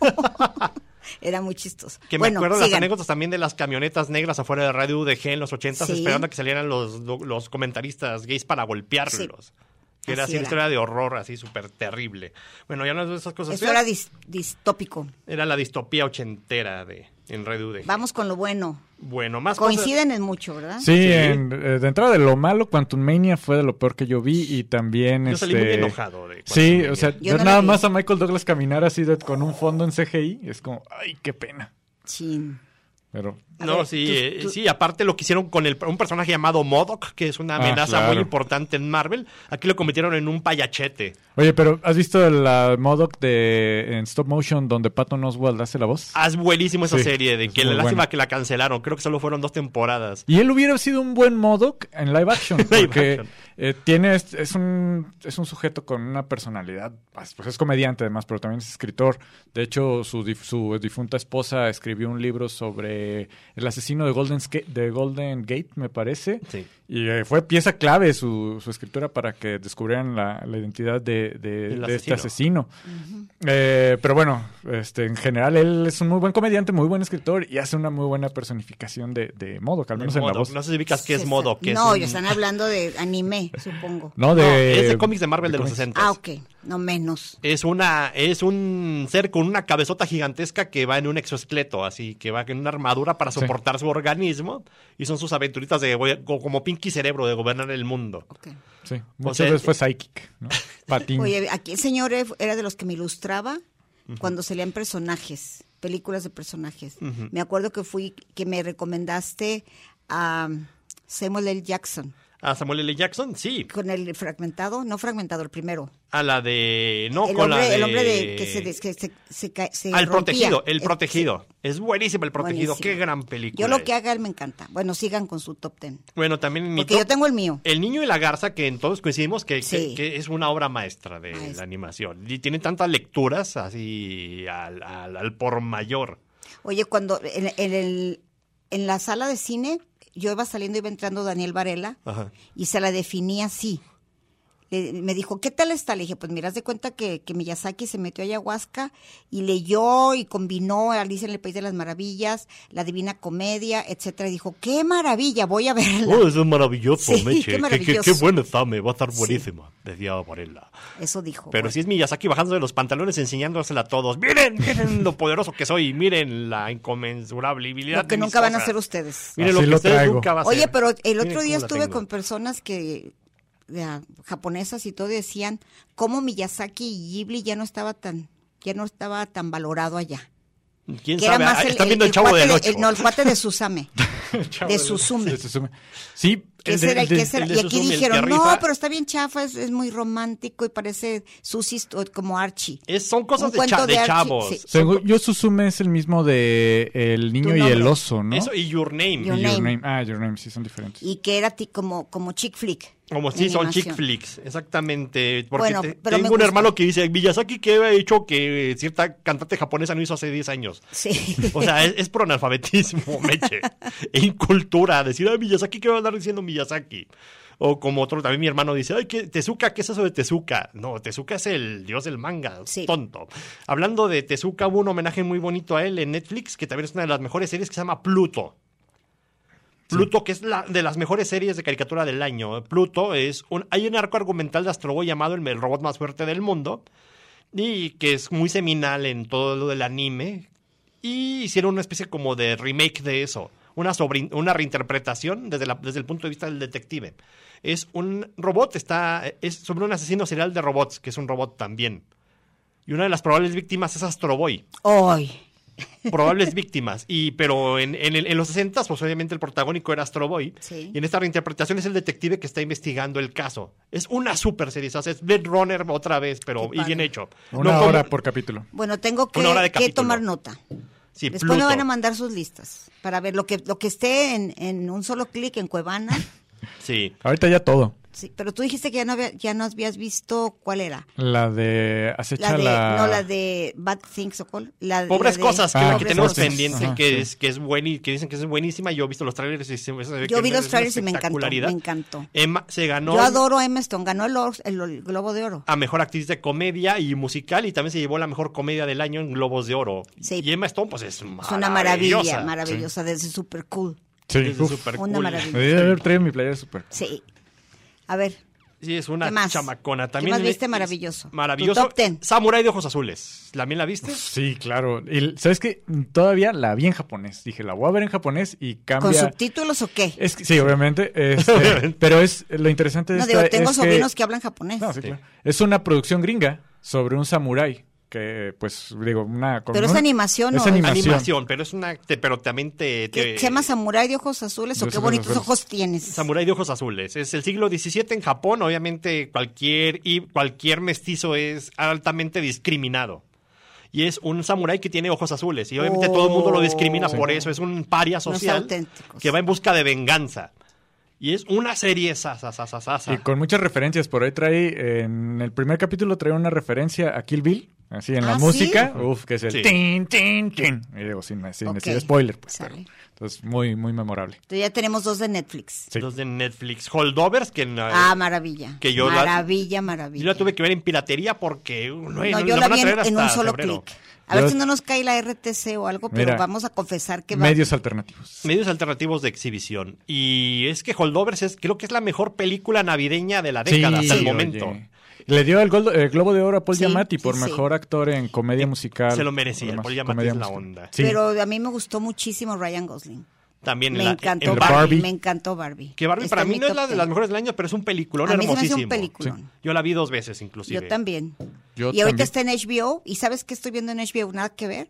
[SPEAKER 1] Era muy chistoso.
[SPEAKER 3] Que me
[SPEAKER 1] bueno,
[SPEAKER 3] acuerdo las
[SPEAKER 1] sigan.
[SPEAKER 3] anécdotas también de las camionetas negras afuera de Radio UDG en los 80
[SPEAKER 1] Sí.
[SPEAKER 3] esperando a que salieran los, los comentaristas gays para golpearlos. Que era
[SPEAKER 1] Así
[SPEAKER 3] así una
[SPEAKER 1] era.
[SPEAKER 3] historia de horror, así súper terrible. Bueno, ya no es de esas cosas.
[SPEAKER 1] Eso
[SPEAKER 3] feas.
[SPEAKER 1] era dis- distópico.
[SPEAKER 3] Era la distopía ochentera de, en Red UDG.
[SPEAKER 1] Vamos con lo bueno.
[SPEAKER 3] Bueno, más cosas.
[SPEAKER 1] Coinciden en mucho, ¿verdad?
[SPEAKER 2] Sí, en- eh, de entrada de lo malo, Quantum Mania fue de lo peor que yo vi y también...
[SPEAKER 3] Yo
[SPEAKER 2] este,
[SPEAKER 3] salí muy enojado de
[SPEAKER 2] Sí,
[SPEAKER 3] Quantumania.
[SPEAKER 2] o sea,
[SPEAKER 1] Yo no
[SPEAKER 2] ver
[SPEAKER 1] la
[SPEAKER 2] nada
[SPEAKER 1] vi.
[SPEAKER 2] más a Michael Douglas caminar así de- con un fondo en CGI es como, ay, qué pena.
[SPEAKER 1] Chin.
[SPEAKER 2] Pero
[SPEAKER 1] A
[SPEAKER 3] No,
[SPEAKER 1] ver,
[SPEAKER 3] sí,
[SPEAKER 1] tú-
[SPEAKER 3] eh,
[SPEAKER 1] tú-
[SPEAKER 3] sí, aparte lo que hicieron con el- un personaje llamado Modoc, que es una
[SPEAKER 2] Ah,
[SPEAKER 3] amenaza
[SPEAKER 2] claro.
[SPEAKER 3] muy importante en Marvel, aquí lo convirtieron en un payachete.
[SPEAKER 2] Oye, pero ¿has visto la Modoc de en stop motion donde Patton Oswald hace la voz?
[SPEAKER 3] Ah, Es buenísimo esa
[SPEAKER 2] Sí,
[SPEAKER 3] serie, de
[SPEAKER 2] es
[SPEAKER 3] que la
[SPEAKER 2] muy
[SPEAKER 3] lástima
[SPEAKER 2] buena.
[SPEAKER 3] que la cancelaron, creo que solo fueron dos temporadas.
[SPEAKER 2] Y él hubiera sido un buen Modoc en live action,
[SPEAKER 3] Live
[SPEAKER 2] porque
[SPEAKER 3] action.
[SPEAKER 2] eh, tiene es, es un es un sujeto con una personalidad, pues pues, es comediante además, pero también es escritor. De hecho, su, dif- su difunta esposa escribió un libro sobre el asesino de Golden Sca- de Golden Gate, me parece.
[SPEAKER 3] Sí.
[SPEAKER 2] Y eh, fue pieza clave su, su escritura para que descubrieran la, la identidad de, de-
[SPEAKER 3] Del
[SPEAKER 2] de este
[SPEAKER 3] asesino.
[SPEAKER 2] asesino. Eh, pero bueno, este, en general él es un muy buen comediante, muy buen escritor y hace una muy buena personificación de, de Modoc, al menos
[SPEAKER 3] De
[SPEAKER 2] en la
[SPEAKER 3] Modok.
[SPEAKER 2] voz.
[SPEAKER 3] No sé si ubicas qué es
[SPEAKER 1] se-
[SPEAKER 3] Modoc. que es
[SPEAKER 1] No,
[SPEAKER 3] un-
[SPEAKER 1] ya están hablando de anime, supongo.
[SPEAKER 2] No,
[SPEAKER 3] No,
[SPEAKER 2] de,
[SPEAKER 3] es de cómics de Marvel de, los
[SPEAKER 2] Eh, cómics.
[SPEAKER 3] 60.
[SPEAKER 1] Ah, ok, no menos.
[SPEAKER 3] Es una, es un ser con una cabezota gigantesca que va en un exoesqueleto, así que va en una armadura para
[SPEAKER 2] Sí.
[SPEAKER 3] soportar su organismo, y son sus aventuritas de go- como Pinky Cerebro de gobernar el mundo.
[SPEAKER 1] ok.
[SPEAKER 2] Sí, muchas
[SPEAKER 3] sea, eh,
[SPEAKER 2] veces fue Psychic, ¿no? Patín.
[SPEAKER 1] Oye, aquí el señor F era de los que me ilustraba cuando salían personajes, películas de personajes. Me acuerdo que fui, que me recomendaste a Samuel L. Jackson,
[SPEAKER 3] A Samuel L. Jackson, sí.
[SPEAKER 1] con el fragmentado, no fragmentado, el primero.
[SPEAKER 3] A la de. No,
[SPEAKER 1] el,
[SPEAKER 3] con
[SPEAKER 1] hombre,
[SPEAKER 3] la de.
[SPEAKER 1] el hombre de, que se, des- que se, se ca- se
[SPEAKER 3] Al
[SPEAKER 1] rompía.
[SPEAKER 3] protegido, el
[SPEAKER 1] Eh,
[SPEAKER 3] protegido. Es buenísimo el protegido.
[SPEAKER 1] Buenísimo.
[SPEAKER 3] Qué gran
[SPEAKER 1] sí.
[SPEAKER 3] película.
[SPEAKER 1] Yo lo
[SPEAKER 3] es.
[SPEAKER 1] que haga él me encanta. Bueno, sigan con su top ten.
[SPEAKER 3] Bueno, también en mi
[SPEAKER 1] Porque
[SPEAKER 3] top-
[SPEAKER 1] yo tengo el mío.
[SPEAKER 3] El niño y la garza, que en todos coincidimos que, que-
[SPEAKER 1] Sí.
[SPEAKER 3] que es una obra maestra de
[SPEAKER 1] Maestra.
[SPEAKER 3] la animación. Y tiene tantas lecturas así al, al- al por mayor.
[SPEAKER 1] Oye, cuando en, en el- en la sala de cine, yo iba saliendo, iba entrando Daniel Varela
[SPEAKER 3] Ajá.
[SPEAKER 1] y se la definí así. Le- me dijo, ¿qué tal está? Le dije, pues miras de cuenta que, que Miyazaki se metió a ayahuasca y leyó y combinó Alicia en el País de las Maravillas, La Divina Comedia, etcétera. Y dijo, ¡qué maravilla! Voy a verla.
[SPEAKER 3] Oh, eso es maravilloso,
[SPEAKER 1] Sí,
[SPEAKER 3] Meche.
[SPEAKER 1] qué
[SPEAKER 3] Qué, qué-
[SPEAKER 1] maravilloso.
[SPEAKER 3] qué buena está, me va a estar
[SPEAKER 1] Sí.
[SPEAKER 3] buenísima, decía Varela.
[SPEAKER 1] Eso dijo.
[SPEAKER 3] Pero
[SPEAKER 1] Bueno,
[SPEAKER 3] si es Miyazaki bajándose de los pantalones enseñándosela a todos. Miren, miren lo poderoso que soy, miren la inconmensurable habilidad.
[SPEAKER 1] lo que
[SPEAKER 3] de mis
[SPEAKER 1] nunca van a
[SPEAKER 3] cosas.
[SPEAKER 1] hacer ustedes.
[SPEAKER 3] Miren
[SPEAKER 2] Así
[SPEAKER 3] lo que
[SPEAKER 2] lo
[SPEAKER 3] ustedes
[SPEAKER 2] traigo.
[SPEAKER 3] nunca van a hacer.
[SPEAKER 1] Oye, pero el
[SPEAKER 3] Miren
[SPEAKER 1] otro
[SPEAKER 3] cómo
[SPEAKER 1] día
[SPEAKER 3] la
[SPEAKER 1] estuve
[SPEAKER 3] tengo.
[SPEAKER 1] con personas que de, ah, japonesas y todo decían cómo Miyazaki y Ghibli ya no estaba tan ya no estaba tan valorado allá.
[SPEAKER 3] ¿Quién
[SPEAKER 1] Que era
[SPEAKER 3] sabe? Ah,
[SPEAKER 1] más el,
[SPEAKER 3] Están
[SPEAKER 1] el-
[SPEAKER 3] viendo el,
[SPEAKER 1] el
[SPEAKER 3] chavo
[SPEAKER 1] cuate
[SPEAKER 3] del
[SPEAKER 1] de-
[SPEAKER 3] 8.
[SPEAKER 1] el- no, el cuate de Susame.
[SPEAKER 2] Chavo,
[SPEAKER 1] de Suzume.
[SPEAKER 2] de Suzume. Sí,
[SPEAKER 1] Que
[SPEAKER 2] el
[SPEAKER 1] ese
[SPEAKER 2] de-
[SPEAKER 1] era el
[SPEAKER 2] de-
[SPEAKER 1] que ese era-
[SPEAKER 3] el de
[SPEAKER 1] y aquí
[SPEAKER 3] Suzume, el que
[SPEAKER 1] dijeron, no,
[SPEAKER 3] rifa".
[SPEAKER 1] pero está bien chafa, es, es muy romántico y parece Susi como Archie.
[SPEAKER 3] Es- son cosas
[SPEAKER 1] Un
[SPEAKER 3] de, cha-
[SPEAKER 1] cuento
[SPEAKER 3] de
[SPEAKER 1] de Archie,
[SPEAKER 3] chavos.
[SPEAKER 1] sí.
[SPEAKER 2] según yo, Suzume es el mismo de El Niño y el
[SPEAKER 1] nombre.
[SPEAKER 2] Oso, ¿no?
[SPEAKER 3] Eso y Your Name.
[SPEAKER 1] Your
[SPEAKER 2] Y
[SPEAKER 1] Name.
[SPEAKER 2] Ah, Your Name, sí, son diferentes.
[SPEAKER 1] Y que era ti como, como chick flick.
[SPEAKER 3] Como
[SPEAKER 1] de
[SPEAKER 3] si son
[SPEAKER 1] animación.
[SPEAKER 3] chick flicks, exactamente. Porque
[SPEAKER 1] Bueno,
[SPEAKER 3] te-
[SPEAKER 1] pero me
[SPEAKER 3] tengo un
[SPEAKER 1] gusta.
[SPEAKER 3] hermano que dice, Miyazaki que había dicho que cierta cantante japonesa no hizo hace 10 años.
[SPEAKER 1] Sí.
[SPEAKER 3] O sea, es, es por analfabetismo, meche. E incultura, decir, ay, Miyazaki, ¿qué va a andar diciendo Miyazaki? O como otro, también mi hermano dice, ay, ¿qué, Tezuka, ¿qué es eso de Tezuka? No, Tezuka es el dios del manga,
[SPEAKER 1] Sí.
[SPEAKER 3] tonto. Hablando de Tezuka, hubo un homenaje muy bonito a él en Netflix, que también es una de las mejores series que se llama Pluto. Pluto, que es la, de las mejores series de caricatura del año. Pluto es un. Hay un arco argumental de Astroboy llamado El el robot más fuerte del mundo. Y que es muy seminal en todo lo del anime. Y hicieron una especie como de remake de eso. Una, sobre- una reinterpretación desde, la- desde el punto de vista del detective. Es un robot, está, es sobre un asesino serial de robots, que es un robot también. Y una de las probables víctimas es Astroboy
[SPEAKER 1] Ay.
[SPEAKER 3] probables víctimas. Y, pero en, en, el- en los 60, pues obviamente el protagónico era Astro Boy.
[SPEAKER 1] Sí.
[SPEAKER 3] Y en esta reinterpretación es el detective que está investigando el caso. Es una super serie. O sea, es Blade Runner otra vez, pero
[SPEAKER 1] Qué
[SPEAKER 3] y
[SPEAKER 1] padre.
[SPEAKER 3] bien hecho.
[SPEAKER 2] Una
[SPEAKER 3] No como-
[SPEAKER 2] hora por capítulo.
[SPEAKER 1] Bueno, tengo que,
[SPEAKER 3] Una hora de
[SPEAKER 1] que
[SPEAKER 3] capítulo.
[SPEAKER 1] tomar nota.
[SPEAKER 3] Sí,
[SPEAKER 1] Después me
[SPEAKER 3] Pluto.
[SPEAKER 1] van a mandar sus listas para ver lo que lo que esté en, en un solo clic en Cuevana.
[SPEAKER 3] Sí.
[SPEAKER 2] Ahorita ya todo.
[SPEAKER 1] Sí, pero tú dijiste que ya no había- ya no habías visto cuál era.
[SPEAKER 2] La
[SPEAKER 1] La
[SPEAKER 2] de acecha
[SPEAKER 1] de
[SPEAKER 2] la...
[SPEAKER 1] no la de Bad Things o cuál? La,
[SPEAKER 3] Pobres
[SPEAKER 1] la de-
[SPEAKER 3] cosas, que,
[SPEAKER 2] Ah,
[SPEAKER 3] la que
[SPEAKER 1] Pobres
[SPEAKER 3] tenemos
[SPEAKER 1] Cosas.
[SPEAKER 3] pendiente,
[SPEAKER 2] Ajá,
[SPEAKER 3] que,
[SPEAKER 2] sí.
[SPEAKER 3] es, que, es bueni- que dicen que es buenísima. Yo he visto los trailers y se me- se ve
[SPEAKER 1] Yo
[SPEAKER 3] que
[SPEAKER 1] vi
[SPEAKER 3] es
[SPEAKER 1] los
[SPEAKER 3] una
[SPEAKER 1] trailers y me encantó, me
[SPEAKER 3] espectacularidad.
[SPEAKER 1] encantó.
[SPEAKER 3] Emma se ganó.
[SPEAKER 1] Yo adoro a Emma Stone, ganó el, or- el- el Globo de Oro.
[SPEAKER 3] a mejor actriz de comedia y musical y también se llevó la mejor comedia del año en Globos de Oro.
[SPEAKER 1] Sí.
[SPEAKER 3] Y Emma Stone pues es
[SPEAKER 1] Es una maravilla, maravillosa, desde super cool.
[SPEAKER 2] Sí,
[SPEAKER 3] Es
[SPEAKER 2] uf.
[SPEAKER 3] súper
[SPEAKER 1] Una
[SPEAKER 3] cool.
[SPEAKER 1] maravilla.
[SPEAKER 2] Me debí haber traído mi playera super.
[SPEAKER 1] Sí. A ver,
[SPEAKER 3] Sí, es una
[SPEAKER 1] ¿Qué más?
[SPEAKER 3] chamacona.
[SPEAKER 1] ¿Qué
[SPEAKER 3] También
[SPEAKER 1] más
[SPEAKER 3] le-
[SPEAKER 1] viste? Maravilloso.
[SPEAKER 3] Maravilloso.
[SPEAKER 1] Tu top ten.
[SPEAKER 3] Samurai de ojos azules. ¿También la viste?
[SPEAKER 2] Sí, claro. Y sabes que todavía la vi en japonés. Dije, la voy a ver en japonés y
[SPEAKER 1] ¿Con
[SPEAKER 2] cambia.
[SPEAKER 1] subtítulos o qué?
[SPEAKER 2] Es que, sí, obviamente. este, pero es lo interesante de
[SPEAKER 1] No,
[SPEAKER 2] esta
[SPEAKER 1] digo, tengo
[SPEAKER 2] es
[SPEAKER 1] sobrinos que, hablan japonés.
[SPEAKER 2] No, sí, claro. Es una producción gringa sobre un samurái que, pues, digo, una... con
[SPEAKER 1] Pero es
[SPEAKER 2] un-
[SPEAKER 1] animación, ¿no?
[SPEAKER 2] Es animación.
[SPEAKER 3] Animación, pero es una. te- pero también te.
[SPEAKER 1] ¿Qué-
[SPEAKER 3] te-
[SPEAKER 1] ¿Se llama Samurai de ojos azules o
[SPEAKER 2] Los
[SPEAKER 1] qué
[SPEAKER 2] ojos
[SPEAKER 1] bonitos
[SPEAKER 2] azules.
[SPEAKER 1] ojos tienes?
[SPEAKER 3] Samurai de ojos azules. Es el siglo XVII en Japón. Obviamente, cualquier, y cualquier mestizo es altamente discriminado. Y es un samurái que tiene ojos azules. Y obviamente
[SPEAKER 1] Oh.
[SPEAKER 3] todo el mundo lo discrimina por eso. Es un paria
[SPEAKER 1] Los
[SPEAKER 3] social
[SPEAKER 1] auténticos.
[SPEAKER 3] que va en busca de venganza. Y es una serie sasa, sasa, sasa.
[SPEAKER 2] Y con muchas referencias. Por ahí trae, eh, en el primer capítulo trae una referencia a Kill Bill, así en
[SPEAKER 1] ¿Ah,
[SPEAKER 2] la
[SPEAKER 1] sí?
[SPEAKER 2] música. Uf, que es el
[SPEAKER 3] Sí.
[SPEAKER 2] tin, tin, tin. Y digo, sin, sin
[SPEAKER 1] Ok.
[SPEAKER 2] decir spoiler, pues.
[SPEAKER 1] Sale.
[SPEAKER 2] pero- entonces, muy, muy memorable.
[SPEAKER 1] Entonces ya tenemos dos de Netflix.
[SPEAKER 2] Sí.
[SPEAKER 3] Los de Netflix. Holdovers, que, no-
[SPEAKER 1] Ah, maravilla.
[SPEAKER 3] que yo la-
[SPEAKER 1] maravilla, maravilla.
[SPEAKER 3] yo la tuve que ver en piratería porque... uh, No,
[SPEAKER 1] No,
[SPEAKER 3] la
[SPEAKER 1] yo la
[SPEAKER 3] van a
[SPEAKER 1] vi en,
[SPEAKER 3] traer
[SPEAKER 1] en un
[SPEAKER 3] hasta
[SPEAKER 1] solo
[SPEAKER 3] febrero.
[SPEAKER 1] clic. A ver
[SPEAKER 2] Yo-
[SPEAKER 1] si no nos cae la RTC o algo, pero
[SPEAKER 2] Mira,
[SPEAKER 1] vamos a confesar que va.
[SPEAKER 2] Medios alternativos.
[SPEAKER 3] Medios alternativos de exhibición. Y es que Holdovers es, creo que es la mejor película navideña de la
[SPEAKER 2] Sí,
[SPEAKER 3] década hasta el
[SPEAKER 2] oye.
[SPEAKER 3] momento.
[SPEAKER 2] Le dio el, gol- el Globo de Oro a Paul
[SPEAKER 1] Sí,
[SPEAKER 2] Giamatti
[SPEAKER 1] sí,
[SPEAKER 2] por
[SPEAKER 1] sí.
[SPEAKER 2] mejor actor en comedia musical.
[SPEAKER 3] Eh, Se lo merecía,
[SPEAKER 2] Además,
[SPEAKER 3] Paul Giamatti
[SPEAKER 2] comedia
[SPEAKER 3] es la
[SPEAKER 2] musical.
[SPEAKER 3] onda.
[SPEAKER 2] Sí.
[SPEAKER 1] Pero a mí me gustó muchísimo Ryan Gosling.
[SPEAKER 3] También en
[SPEAKER 1] me
[SPEAKER 3] la-
[SPEAKER 1] encantó
[SPEAKER 2] el
[SPEAKER 3] en
[SPEAKER 1] Barbie.
[SPEAKER 2] Barbie.
[SPEAKER 1] Me encantó Barbie.
[SPEAKER 3] Que Barbie
[SPEAKER 1] Está
[SPEAKER 3] para
[SPEAKER 1] en
[SPEAKER 3] mí
[SPEAKER 1] mi
[SPEAKER 3] no es
[SPEAKER 1] top
[SPEAKER 3] la de
[SPEAKER 1] ten.
[SPEAKER 3] las mejores del año, pero es un peliculón
[SPEAKER 1] A mí se me hace
[SPEAKER 3] hermosísimo.
[SPEAKER 1] un peliculón.
[SPEAKER 3] Yo la vi dos veces inclusive.
[SPEAKER 1] Yo también.
[SPEAKER 2] Yo
[SPEAKER 1] y ahorita
[SPEAKER 2] también.
[SPEAKER 1] está en HBO. ¿Y sabes qué estoy viendo en HBO? Nada que ver.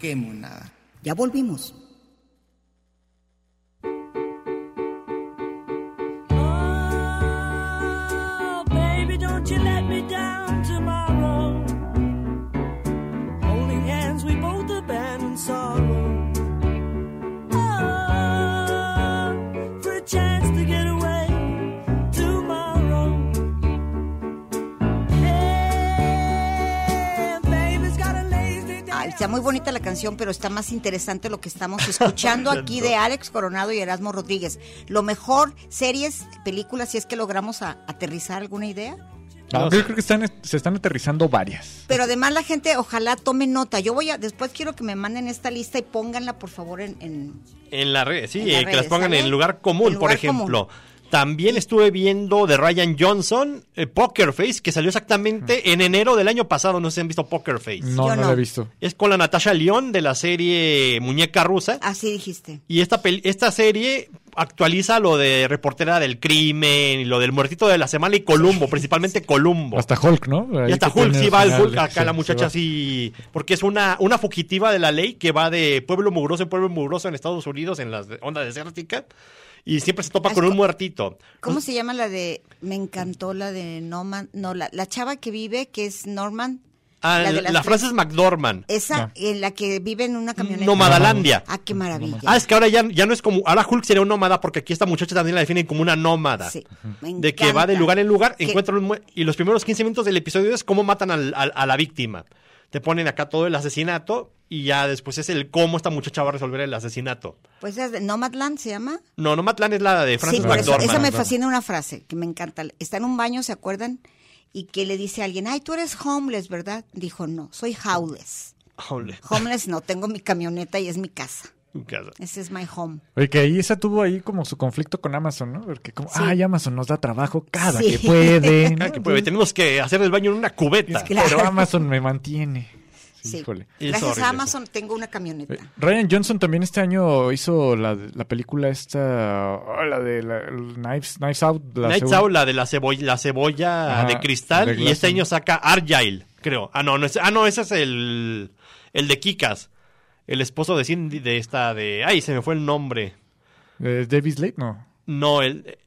[SPEAKER 5] Qué monada.
[SPEAKER 1] Ya volvimos.
[SPEAKER 4] Oh, baby, don't you let me down tomorrow. Holding hands, we both abandon sorrow. Oh, for a chance to get away tomorrow. Hey, baby's got a lazy day.
[SPEAKER 1] Ay, Ah, está muy bonita la canción, pero está más interesante lo que estamos escuchando aquí de Alex Coronado y Erasmo Rodríguez. Lo mejor, series, películas, si es que logramos a- aterrizar alguna idea.
[SPEAKER 2] No,
[SPEAKER 3] No
[SPEAKER 2] yo
[SPEAKER 3] sé.
[SPEAKER 2] creo que están, se están aterrizando varias.
[SPEAKER 1] Pero además la gente, ojalá tome nota. Yo voy a, después quiero que me manden esta lista y pónganla, por favor, en... en-
[SPEAKER 3] En la red, sí,
[SPEAKER 1] En la
[SPEAKER 3] eh, que
[SPEAKER 1] red,
[SPEAKER 3] las pongan
[SPEAKER 1] ¿sale?
[SPEAKER 3] en lugar
[SPEAKER 1] En
[SPEAKER 3] común, por
[SPEAKER 1] lugar
[SPEAKER 3] ejemplo. También estuve viendo de Ryan Johnson eh, Poker Face, que salió exactamente en enero del año pasado. No sé si han visto Poker Face.
[SPEAKER 2] No,
[SPEAKER 1] Yo
[SPEAKER 2] no,
[SPEAKER 1] no.
[SPEAKER 2] lo he visto.
[SPEAKER 3] Es con la Natasha León de la serie Muñeca Rusa.
[SPEAKER 1] Así dijiste.
[SPEAKER 3] Y esta, pel- esta serie actualiza lo de reportera del crimen, y lo del muertito de la semana y Columbo, principalmente Columbo.
[SPEAKER 2] Hasta Hulk, ¿no? Ahí
[SPEAKER 3] y hasta
[SPEAKER 2] que
[SPEAKER 3] Hulk,
[SPEAKER 2] tiene
[SPEAKER 3] sí
[SPEAKER 2] al
[SPEAKER 3] va el
[SPEAKER 2] final,
[SPEAKER 3] Hulk, acá
[SPEAKER 2] sí,
[SPEAKER 3] la
[SPEAKER 2] sí
[SPEAKER 3] muchacha
[SPEAKER 2] va.
[SPEAKER 3] sí, porque es una, una fugitiva de la ley que va de pueblo mugroso en pueblo mugroso en Estados Unidos, en la onda desértica, y siempre se topa
[SPEAKER 1] Ah, Es
[SPEAKER 3] con un
[SPEAKER 1] co-
[SPEAKER 3] muertito.
[SPEAKER 1] ¿Cómo
[SPEAKER 3] Pues,
[SPEAKER 1] se llama la de... Me encantó la de Norman... No, la, la chava que vive, que es Norman.
[SPEAKER 3] ah, la,
[SPEAKER 1] de las tres-
[SPEAKER 3] frase es McDormand.
[SPEAKER 1] Esa
[SPEAKER 2] No.
[SPEAKER 1] en la que vive en una camioneta.
[SPEAKER 3] Nomadalandia.
[SPEAKER 1] Ah, qué maravilla.
[SPEAKER 3] Ah, es que ahora ya, ya no es como. Ahora Hulk sería un nómada porque aquí esta muchacha también la definen como una nómada.
[SPEAKER 1] Sí, me
[SPEAKER 3] De que va de
[SPEAKER 1] encanta.
[SPEAKER 3] lugar en lugar,
[SPEAKER 1] Que-
[SPEAKER 3] encuentran un mue- Y los primeros 15 minutos del episodio es cómo matan al- al- a la víctima. Te ponen acá todo el asesinato y ya después es el cómo esta muchacha va a resolver el asesinato.
[SPEAKER 1] Pues es de Nomadland se llama.
[SPEAKER 3] No, Nomadland es la de Francis
[SPEAKER 1] sí, por eso,
[SPEAKER 3] McDormand.
[SPEAKER 1] esa me fascina una frase que me encanta. Está en un baño, ¿se acuerdan? Y que le dice a alguien, ay, tú eres homeless, ¿verdad? Dijo, no, soy howless.
[SPEAKER 3] Ole,
[SPEAKER 1] Homeless no, tengo mi camioneta y es mi casa.
[SPEAKER 3] qué asco.
[SPEAKER 1] Ese es my home.
[SPEAKER 2] Oye, que ahí esa tuvo ahí como su conflicto con Amazon, ¿no? Porque como,
[SPEAKER 1] Sí.
[SPEAKER 2] ay, Amazon nos da trabajo cada
[SPEAKER 1] Sí.
[SPEAKER 2] que puede. ¿no?
[SPEAKER 3] Cada que puede, tenemos que hacer el baño en una cubeta.
[SPEAKER 1] que- Claro.
[SPEAKER 2] Pero Amazon me mantiene. Sí,
[SPEAKER 1] Sí.
[SPEAKER 2] Híjole.
[SPEAKER 3] Es
[SPEAKER 1] Gracias
[SPEAKER 3] horrible
[SPEAKER 1] a
[SPEAKER 3] eso.
[SPEAKER 1] Amazon tengo una camioneta.
[SPEAKER 2] Eh, Ryan Johnson también este año hizo la, la película esta, oh, la de la- el Knives, Knives Out. La
[SPEAKER 3] Night
[SPEAKER 2] segunda-
[SPEAKER 3] Owl, la de la cebolla, la cebolla
[SPEAKER 2] Ajá,
[SPEAKER 3] de cristal.
[SPEAKER 2] de
[SPEAKER 3] y
[SPEAKER 2] Glass
[SPEAKER 3] este año
[SPEAKER 2] Onion.
[SPEAKER 3] saca Argyle, creo. Ah, no, no es- ah, no ese es el, el de Kikas. El esposo de Cindy, de esta, de. Ay, se me fue el nombre.
[SPEAKER 2] eh, David Slade, no.
[SPEAKER 3] No, el.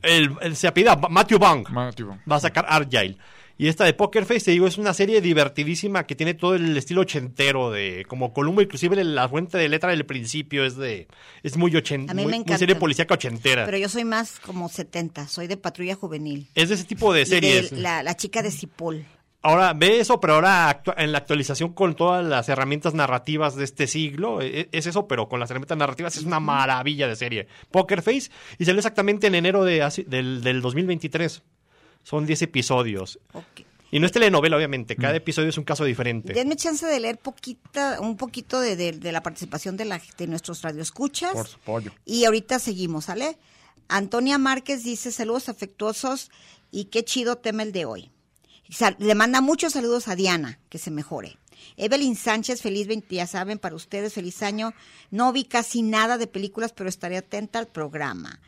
[SPEAKER 3] el- el- se apida Matthew Bang.
[SPEAKER 2] Matthew Vaughn.
[SPEAKER 3] Va a sacar Argyle. Y esta de Poker Face, te digo, es una serie divertidísima que tiene todo el estilo ochentero de como Columbo, inclusive la fuente de letra del principio es de es muy ochentera,
[SPEAKER 1] A mí
[SPEAKER 3] muy,
[SPEAKER 1] me
[SPEAKER 3] muy
[SPEAKER 1] encanta.
[SPEAKER 3] serie policíaca ochentera.
[SPEAKER 1] Pero yo soy más como 70, soy de patrulla juvenil.
[SPEAKER 3] es de ese tipo de
[SPEAKER 1] Y de
[SPEAKER 3] series.
[SPEAKER 1] la, la chica de Cipol.
[SPEAKER 3] Ahora ve eso, pero ahora actua- en la actualización con todas las herramientas narrativas de este siglo, e- es eso, pero con las herramientas narrativas es una maravilla de serie. Poker Face y salió exactamente en enero de, hace- del, del 2023. Son 10 episodios.
[SPEAKER 1] Ok.
[SPEAKER 3] Y no es telenovela, obviamente.
[SPEAKER 1] Mm.
[SPEAKER 3] Cada episodio es un caso diferente.
[SPEAKER 1] Denme chance de leer poquita, un poquito de, de- de la participación de, la, de nuestros radioescuchas.
[SPEAKER 2] Por su pollo.
[SPEAKER 1] Y ahorita seguimos, ¿sale? Antonia Márquez dice saludos afectuosos y qué chido tema el de hoy. Y sal- Le manda muchos saludos a Diana, que se mejore. Evelyn Sánchez, feliz 20, ya saben, para ustedes, feliz año. No vi casi nada de películas, pero estaré atenta al programa.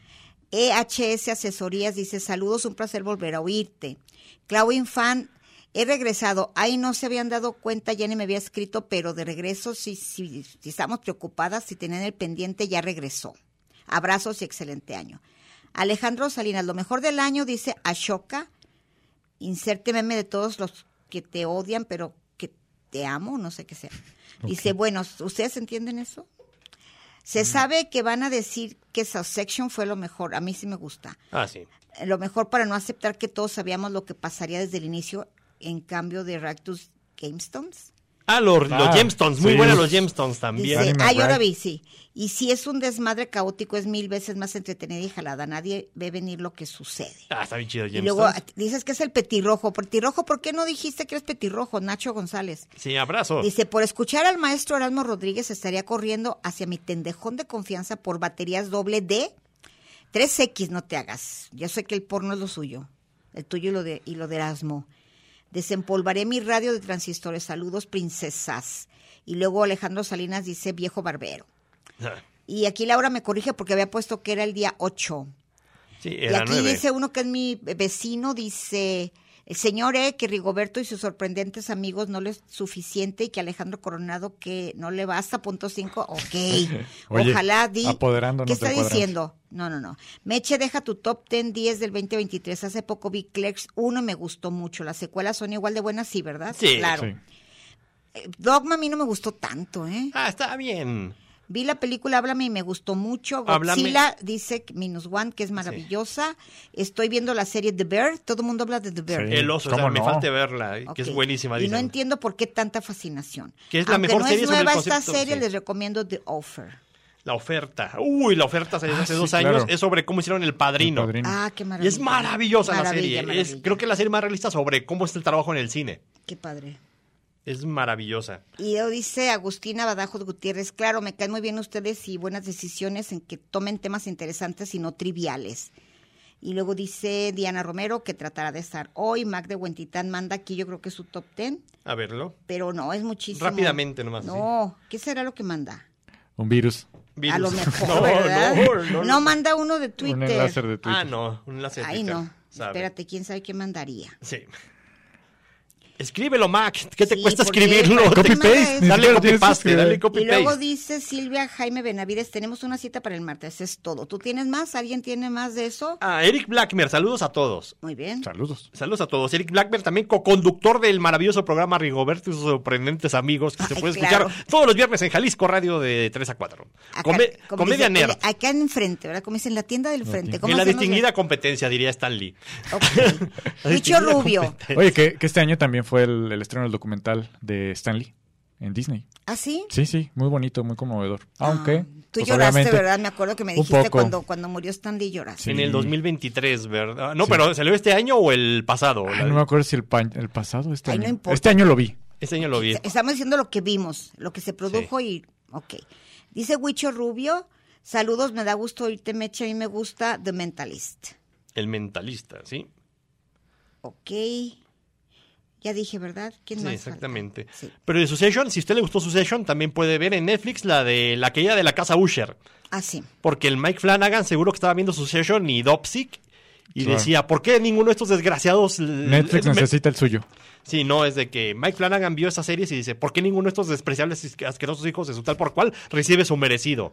[SPEAKER 1] EHS E Asesorías dice saludos, un placer volver a oírte. Claudia Infan, he regresado. Ay, no se habían dado cuenta, ya ni me había escrito, pero de regreso, si, si, si estamos preocupadas, si tenían el pendiente, ya regresó. Abrazos y excelente año. Alejandro Salinas, lo mejor del año, dice Ashoka. Inserte meme de todos los que te odian, pero que te amo, no sé qué sea. Dice, bueno, ¿ustedes entienden eso? Se sabe que van a decir que Section fue lo mejor. A mí sí me gusta
[SPEAKER 3] Ah, sí.
[SPEAKER 1] lo mejor para no aceptar que todos sabíamos lo que pasaría desde el inicio en cambio de Ractus Gamestones.
[SPEAKER 3] Ah, los,
[SPEAKER 2] Ah,
[SPEAKER 3] los Gemstones. Muy
[SPEAKER 2] sí.
[SPEAKER 3] buenos los Gemstones también.
[SPEAKER 1] Dice,
[SPEAKER 2] Animal
[SPEAKER 1] ah, yo la
[SPEAKER 2] Pride.
[SPEAKER 1] vi, sí. Y si es un desmadre caótico, es mil veces más entretenida y jalada. Nadie ve venir lo que sucede.
[SPEAKER 3] Ah, está bien chido
[SPEAKER 1] Y
[SPEAKER 3] Gemstones.
[SPEAKER 1] luego ah, dices que es el petirrojo. Petirrojo, ¿por qué no dijiste que eres petirrojo, Nacho González?
[SPEAKER 3] Sí, abrazo.
[SPEAKER 1] Dice, por escuchar al maestro Erasmo Rodríguez estaría corriendo hacia mi tendejón de confianza por baterías doble D. 3X, no te hagas. Yo sé que el porno es lo suyo. El tuyo y lo de, y lo de Erasmo. Desempolvaré mi radio de transistores. Saludos, princesas. Y luego Alejandro Salinas dice, viejo barbero. Y aquí Laura me corrige porque había puesto que era el día 8.
[SPEAKER 3] Sí,
[SPEAKER 1] y
[SPEAKER 3] era
[SPEAKER 1] aquí
[SPEAKER 3] nueve.
[SPEAKER 1] dice uno que es mi vecino, dice el señor E, que Rigoberto y sus sorprendentes amigos no les es suficiente y que Alejandro Coronado que no le basta, punto cinco, ok.
[SPEAKER 2] Oye,
[SPEAKER 1] Ojalá di.
[SPEAKER 2] apoderándonos
[SPEAKER 1] ¿Qué está
[SPEAKER 2] del cuadrante.
[SPEAKER 1] diciendo? No, no, no. Meche deja tu top 10 10 del 2023. Hace poco vi Clerks 1 y me gustó mucho. Las secuelas son igual de buenas, sí, ¿verdad?
[SPEAKER 3] Sí,
[SPEAKER 1] claro.
[SPEAKER 2] Sí.
[SPEAKER 1] Eh, Dogma a mí no me gustó tanto, ¿eh?
[SPEAKER 3] Ah, está bien.
[SPEAKER 1] Vi la película Háblame y me gustó mucho.
[SPEAKER 3] Háblame.
[SPEAKER 1] Godzilla dice que- Minus One, que es maravillosa. Estoy viendo la serie The Bear. Todo el mundo habla de The Bear.
[SPEAKER 2] Sí,
[SPEAKER 3] El oso, o sea,
[SPEAKER 2] ¿cómo
[SPEAKER 3] me
[SPEAKER 2] no?
[SPEAKER 3] falta verla, que es
[SPEAKER 1] Ok.
[SPEAKER 3] buenísima.
[SPEAKER 1] Y no
[SPEAKER 3] dicen.
[SPEAKER 1] entiendo por qué tanta fascinación.
[SPEAKER 3] Que es la
[SPEAKER 1] Aunque
[SPEAKER 3] mejor
[SPEAKER 1] no
[SPEAKER 3] serie
[SPEAKER 1] es
[SPEAKER 3] sobre el
[SPEAKER 1] nueva esta
[SPEAKER 3] concepto,
[SPEAKER 1] serie,
[SPEAKER 3] sí.
[SPEAKER 1] les recomiendo The Offer.
[SPEAKER 3] La oferta. Uy, la oferta salió
[SPEAKER 2] Ah,
[SPEAKER 3] hace
[SPEAKER 2] sí,
[SPEAKER 3] dos
[SPEAKER 2] claro.
[SPEAKER 3] años. Es sobre cómo hicieron el padrino.
[SPEAKER 2] El Padrino.
[SPEAKER 1] Ah, qué maravilla.
[SPEAKER 3] Y es maravillosa la
[SPEAKER 1] Maravilla,
[SPEAKER 3] serie. Es,
[SPEAKER 1] maravilla.
[SPEAKER 3] creo que es la serie más realista sobre cómo es el trabajo en el cine.
[SPEAKER 1] Qué padre.
[SPEAKER 3] Es maravillosa.
[SPEAKER 1] Y luego dice Agustina Badajoz Gutiérrez, claro, me caen muy bien ustedes y buenas decisiones en que tomen temas interesantes y no triviales. Y luego dice Diana Romero que tratará de estar hoy. Mac de Huentitán manda aquí, yo creo que es su top ten,
[SPEAKER 3] A verlo.
[SPEAKER 1] pero no, es muchísimo.
[SPEAKER 3] Rápidamente nomás,
[SPEAKER 1] No, ¿qué será lo que manda?
[SPEAKER 2] Un virus.
[SPEAKER 1] A lo
[SPEAKER 3] Virus.
[SPEAKER 1] mejor,
[SPEAKER 3] No,
[SPEAKER 1] ¿verdad?
[SPEAKER 3] no,
[SPEAKER 1] No,
[SPEAKER 3] no, no.
[SPEAKER 1] manda uno de Twitter.
[SPEAKER 2] Un enlace de Twitter.
[SPEAKER 3] Ah, no, un enlace de
[SPEAKER 1] Ay,
[SPEAKER 3] Twitter.
[SPEAKER 1] no.
[SPEAKER 3] Sabe.
[SPEAKER 1] Espérate, quién sabe qué mandaría.
[SPEAKER 3] Sí. Escríbelo, Mac. ¿Qué te
[SPEAKER 1] Sí,
[SPEAKER 3] cuesta
[SPEAKER 1] porque-
[SPEAKER 3] escribirlo?
[SPEAKER 1] ¿por qué
[SPEAKER 3] Te-
[SPEAKER 1] manda eso?
[SPEAKER 2] Ni
[SPEAKER 3] Dale
[SPEAKER 2] siquiera tienes que
[SPEAKER 3] copy-paste,
[SPEAKER 2] escribir.
[SPEAKER 3] dale
[SPEAKER 1] Y luego
[SPEAKER 3] copy-paste.
[SPEAKER 1] dice Silvia Jaime Benavides, tenemos una cita para el martes, es todo. ¿Tú tienes más? ¿Alguien tiene más de eso?
[SPEAKER 3] Ah, Eric Blackmer, saludos a todos.
[SPEAKER 1] Muy bien.
[SPEAKER 2] Saludos.
[SPEAKER 3] Saludos a todos. Eric Blackmer, también co-conductor del maravilloso programa Rigoberto y sus sorprendentes amigos, que se
[SPEAKER 1] Ay,
[SPEAKER 3] puede
[SPEAKER 1] claro.
[SPEAKER 3] escuchar todos los viernes en Jalisco Radio de 3 a 4.
[SPEAKER 1] Acá-
[SPEAKER 3] Come-
[SPEAKER 1] como
[SPEAKER 3] comedia
[SPEAKER 1] dicen,
[SPEAKER 3] nerd.
[SPEAKER 1] oye, Acá en frente, ¿verdad? Como dicen, la tienda del frente. ¿Cómo
[SPEAKER 3] En la
[SPEAKER 1] hacemos?
[SPEAKER 3] distinguida competencia, diría Stan Lee.
[SPEAKER 1] Ok.
[SPEAKER 3] La
[SPEAKER 1] Micho
[SPEAKER 3] distinguida
[SPEAKER 1] Rubio.
[SPEAKER 3] competencia.
[SPEAKER 2] Oye, que, que este año también fue el, el estreno del documental de Stanley en Disney.
[SPEAKER 1] ¿Ah, sí?
[SPEAKER 2] Sí, sí, muy bonito, muy conmovedor. Aunque.
[SPEAKER 1] Ah, Tú
[SPEAKER 2] pues,
[SPEAKER 1] lloraste,
[SPEAKER 2] obviamente-
[SPEAKER 1] ¿verdad? Me acuerdo que me
[SPEAKER 2] un
[SPEAKER 1] dijiste
[SPEAKER 2] poco.
[SPEAKER 1] cuando, cuando murió Stanley lloraste.
[SPEAKER 2] Sí.
[SPEAKER 3] En el 2023, ¿verdad? No, pero ¿salió este año o el pasado?
[SPEAKER 2] Ay,
[SPEAKER 3] La-
[SPEAKER 2] no me acuerdo si el, pa- el pasado este
[SPEAKER 1] Ay, no
[SPEAKER 2] año.
[SPEAKER 1] importa.
[SPEAKER 2] este año lo vi.
[SPEAKER 3] Este año lo vi.
[SPEAKER 1] Estamos diciendo lo que vimos, lo que se produjo y... Ok. Dice Huicho Rubio, saludos, me da gusto oírte, Meche, a mí me gusta The Mentalist.
[SPEAKER 3] El mentalista, ¿sí?
[SPEAKER 1] Ok. Ya dije, ¿verdad? ¿Quién
[SPEAKER 3] Sí,
[SPEAKER 1] más falta?
[SPEAKER 3] exactamente.
[SPEAKER 1] Sí.
[SPEAKER 3] Pero de Succession, si a usted le gustó Succession, también puede ver en Netflix la de la caída de la casa Usher.
[SPEAKER 1] Ah, sí.
[SPEAKER 3] Porque el Mike Flanagan seguro que estaba viendo Succession y Dopsic. Y
[SPEAKER 2] Claro.
[SPEAKER 3] decía, ¿por qué ninguno de estos desgraciados... l-
[SPEAKER 2] Netflix
[SPEAKER 3] me-
[SPEAKER 2] necesita el suyo.
[SPEAKER 3] Sí, no, es de que Mike Flanagan vio esas series y dice, ¿por qué ninguno de estos despreciables y asquerosos hijos de su tal por cual recibe su merecido?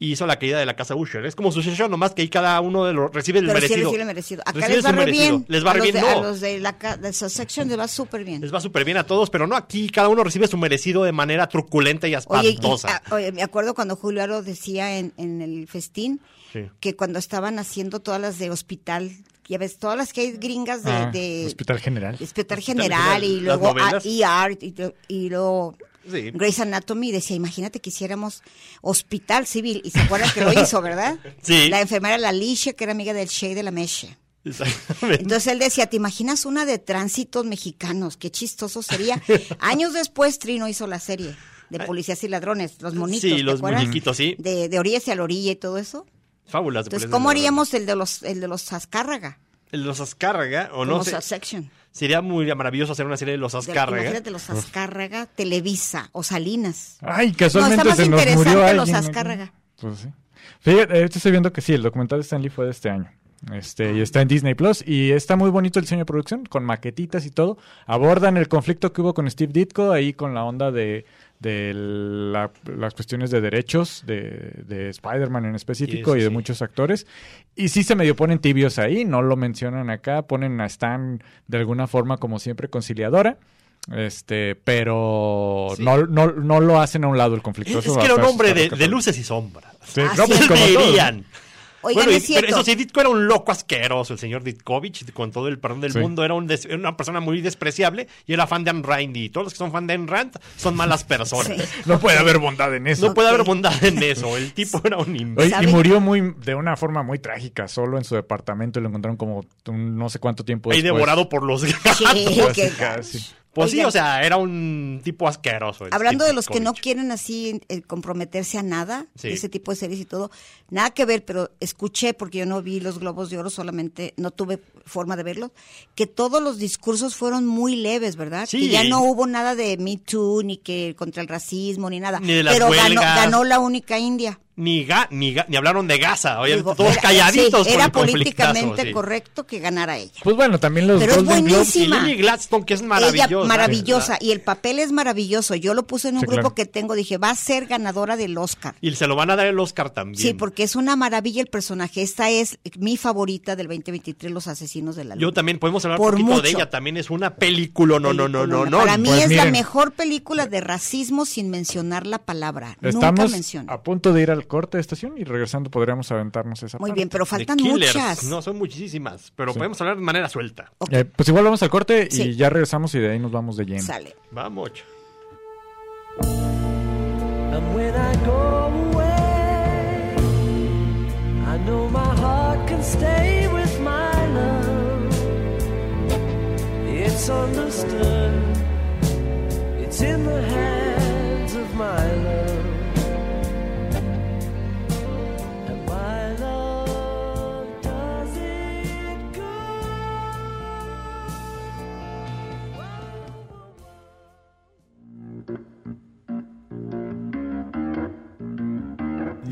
[SPEAKER 3] Y hizo la caída de la casa Usher. Es como Succession, nomás que ahí cada uno de los recibe el
[SPEAKER 1] Pero sí
[SPEAKER 3] merecido.
[SPEAKER 1] recibe el merecido. Acá
[SPEAKER 3] Recibe
[SPEAKER 1] les va
[SPEAKER 3] su
[SPEAKER 1] re
[SPEAKER 3] merecido.
[SPEAKER 1] bien.
[SPEAKER 3] Les va
[SPEAKER 1] a
[SPEAKER 3] re
[SPEAKER 1] los
[SPEAKER 3] bien,
[SPEAKER 1] de-
[SPEAKER 3] no.
[SPEAKER 1] A los de la ca- de esa sección les va súper bien.
[SPEAKER 3] Les va súper bien a todos, pero no aquí. Cada uno recibe su merecido de manera truculenta
[SPEAKER 1] Oye,
[SPEAKER 3] y
[SPEAKER 1] y-
[SPEAKER 3] espantosa.
[SPEAKER 1] ah, oye, me acuerdo cuando Julio Aro decía en, en el festín
[SPEAKER 3] Sí.
[SPEAKER 1] que cuando estaban haciendo todas las de hospital, ya ves, todas las que hay gringas de,
[SPEAKER 2] Ah,
[SPEAKER 1] de-
[SPEAKER 2] Hospital General.
[SPEAKER 1] Hospital
[SPEAKER 3] General,
[SPEAKER 1] General y
[SPEAKER 3] las
[SPEAKER 1] luego ah,
[SPEAKER 3] novelas.
[SPEAKER 1] ER y, lo- y luego
[SPEAKER 3] Sí.
[SPEAKER 1] Grey's Anatomy decía, imagínate que hiciéramos hospital civil. Y se acuerdan que lo hizo, ¿verdad?
[SPEAKER 3] Sí.
[SPEAKER 1] La enfermera, la Alicia, que era amiga del Shea de la Meshe.
[SPEAKER 3] Exactamente.
[SPEAKER 1] Entonces él decía, ¿te imaginas una de tránsitos mexicanos? Qué chistoso sería. Años después Trino hizo la serie de policías y ladrones, los monitos,
[SPEAKER 3] Sí,
[SPEAKER 1] ¿te
[SPEAKER 3] los
[SPEAKER 1] acuerdas?
[SPEAKER 3] muñequitos, sí.
[SPEAKER 1] De, de orillas y a la orilla y todo eso.
[SPEAKER 3] Fábulas. de
[SPEAKER 1] Entonces,
[SPEAKER 3] Policía
[SPEAKER 1] ¿cómo
[SPEAKER 3] de la
[SPEAKER 1] haríamos el de los el de los Azcárraga?
[SPEAKER 3] Verdad. Los Azcárraga, o
[SPEAKER 1] Como
[SPEAKER 3] no sé.
[SPEAKER 1] Subsection.
[SPEAKER 3] Sería muy maravilloso hacer una serie de los
[SPEAKER 1] De-
[SPEAKER 3] Azcárraga.
[SPEAKER 1] imagínate los Azcárraga, Televisa o Salinas.
[SPEAKER 2] Ay,
[SPEAKER 1] No,
[SPEAKER 2] casualmente
[SPEAKER 1] está más
[SPEAKER 2] se nos
[SPEAKER 1] interesante
[SPEAKER 2] murió
[SPEAKER 1] los
[SPEAKER 2] alguien.
[SPEAKER 1] Azcárraga.
[SPEAKER 2] Pues sí. Fíjate, eh, estoy viendo que sí, el documental de Stanley fue de este año. Este, y está en Disney Plus y está muy bonito el diseño de producción con maquetitas y todo. Abordan el conflicto que hubo con Steve Ditko ahí con la onda de, de la- las cuestiones de derechos de, de Spider-Man en específico y
[SPEAKER 3] Sí, sí,
[SPEAKER 2] de
[SPEAKER 3] sí.
[SPEAKER 2] muchos actores. Y sí se medio ponen tibios ahí, no lo mencionan acá, ponen a Stan de alguna forma como siempre conciliadora. Este, pero
[SPEAKER 3] Sí.
[SPEAKER 2] no, no, no lo hacen a un lado el conflicto.
[SPEAKER 3] Es,
[SPEAKER 2] Eso
[SPEAKER 3] es que era un
[SPEAKER 2] está-
[SPEAKER 3] hombre
[SPEAKER 2] está
[SPEAKER 3] de,
[SPEAKER 2] cabrón.
[SPEAKER 3] de luces y sombras.
[SPEAKER 2] Sí,
[SPEAKER 1] Ah,
[SPEAKER 2] no,
[SPEAKER 1] sí,
[SPEAKER 2] pues,
[SPEAKER 1] es
[SPEAKER 2] como
[SPEAKER 1] verdad.
[SPEAKER 2] todos.
[SPEAKER 3] Dirían.
[SPEAKER 1] Oigan,
[SPEAKER 3] Bueno, y-
[SPEAKER 1] es cierto.
[SPEAKER 3] pero eso sí, Ditko era un loco asqueroso, el señor Ditkovich, con todo el perdón del
[SPEAKER 2] Sí.
[SPEAKER 3] mundo, era un des- era una persona muy despreciable y era fan de Ayn Rand y todos los que son fan de Ayn Rand son malas personas.
[SPEAKER 1] Sí.
[SPEAKER 2] No puede haber bondad en
[SPEAKER 3] No
[SPEAKER 2] eso.
[SPEAKER 3] puede haber bondad en eso, el tipo era un imbécil.
[SPEAKER 2] Oye, y pues,
[SPEAKER 1] ¿Saben?
[SPEAKER 2] murió muy de una forma muy trágica, solo en su departamento y lo encontraron como un no sé cuánto tiempo
[SPEAKER 3] Ahí
[SPEAKER 2] después.
[SPEAKER 3] devorado por los gatos.
[SPEAKER 1] Sí,
[SPEAKER 2] Casi,
[SPEAKER 1] qué
[SPEAKER 2] casi.
[SPEAKER 1] gacho.
[SPEAKER 3] Pues sí,
[SPEAKER 1] Oigan,
[SPEAKER 3] o sea, era un tipo asqueroso. el
[SPEAKER 1] Hablando de
[SPEAKER 3] Steve
[SPEAKER 1] los que no
[SPEAKER 3] Ditkovich.
[SPEAKER 1] quieren así eh, comprometerse a nada,
[SPEAKER 3] Sí.
[SPEAKER 1] ese tipo de series y todo, nada que ver, pero escuché, porque yo no vi los Globos de Oro, solamente no tuve forma de verlos, que todos los discursos fueron muy leves, ¿verdad?
[SPEAKER 3] Sí.
[SPEAKER 1] Que ya no hubo nada de Me Too, ni que contra el racismo, ni nada.
[SPEAKER 3] Ni de las
[SPEAKER 1] pero ganó,
[SPEAKER 3] huelgas.
[SPEAKER 1] ganó la única India.
[SPEAKER 3] Ni, ga- ni, ga- ni hablaron de Gaza, oye,
[SPEAKER 1] Digo,
[SPEAKER 3] todos
[SPEAKER 1] era-
[SPEAKER 3] calladitos.
[SPEAKER 1] sí,
[SPEAKER 3] con
[SPEAKER 1] era
[SPEAKER 3] el conflictazo,
[SPEAKER 1] políticamente
[SPEAKER 3] sí.
[SPEAKER 1] correcto que ganara ella.
[SPEAKER 2] Pues bueno, también los
[SPEAKER 1] Pero es
[SPEAKER 2] Golden Globes.
[SPEAKER 1] buenísimo.
[SPEAKER 3] Y Lily Gladstone, que es maravillosa.
[SPEAKER 1] Ella maravillosa
[SPEAKER 3] ¿verdad?
[SPEAKER 1] y el papel es maravilloso. Yo lo puse en un
[SPEAKER 2] Sí,
[SPEAKER 1] grupo
[SPEAKER 2] claro.
[SPEAKER 1] que tengo, dije, va a ser ganadora del Oscar.
[SPEAKER 3] Y se lo van a dar el Oscar también.
[SPEAKER 1] Sí, porque es una maravilla el personaje. Esta es mi favorita del 2023, Los Asesinos de la Luna.
[SPEAKER 3] Yo también podemos hablar
[SPEAKER 1] Por
[SPEAKER 3] un poquito de
[SPEAKER 1] mucho.
[SPEAKER 3] ella, también es una película, no, no, no, no, no.
[SPEAKER 1] Para mí
[SPEAKER 2] Pues
[SPEAKER 1] es la
[SPEAKER 2] miren.
[SPEAKER 1] mejor película de racismo sin mencionar la palabra. Nunca
[SPEAKER 2] Estamos
[SPEAKER 1] menciona.
[SPEAKER 2] a punto de ir al corte de estación y regresando podríamos aventarnos esa
[SPEAKER 1] Muy
[SPEAKER 2] parte.
[SPEAKER 1] bien, pero faltan
[SPEAKER 3] De Killers.
[SPEAKER 1] muchas.
[SPEAKER 3] No, son muchísimas, pero podemos hablar de manera suelta.
[SPEAKER 1] Ok.
[SPEAKER 2] Eh, pues igual vamos al corte
[SPEAKER 1] Sí.
[SPEAKER 2] y ya regresamos y de ahí nos vamos de lleno.
[SPEAKER 1] Sale.
[SPEAKER 3] Vamos.
[SPEAKER 4] And when I go away, I know my heart can stay with my love. It's understood, it's in the hands of my love. And my love does it.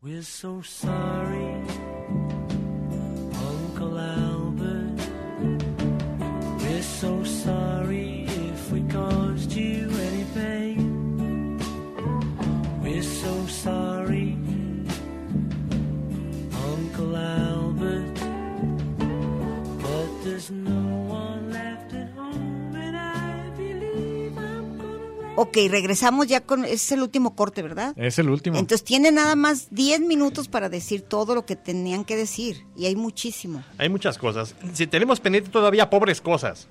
[SPEAKER 4] We're so sorry, Uncle Albert. We're so sorry if we caused you any pain. We're so sorry, Uncle Albert. But there's no one left at home, and I believe I'm gonna write.
[SPEAKER 1] Ok, regresamos ya con... ese Es el último corte, ¿verdad?
[SPEAKER 2] Es el último.
[SPEAKER 1] Entonces tiene nada más 10 minutos para decir todo lo que tenían que decir. Y hay muchísimo.
[SPEAKER 3] Hay muchas cosas. Si tenemos pendiente todavía pobres cosas.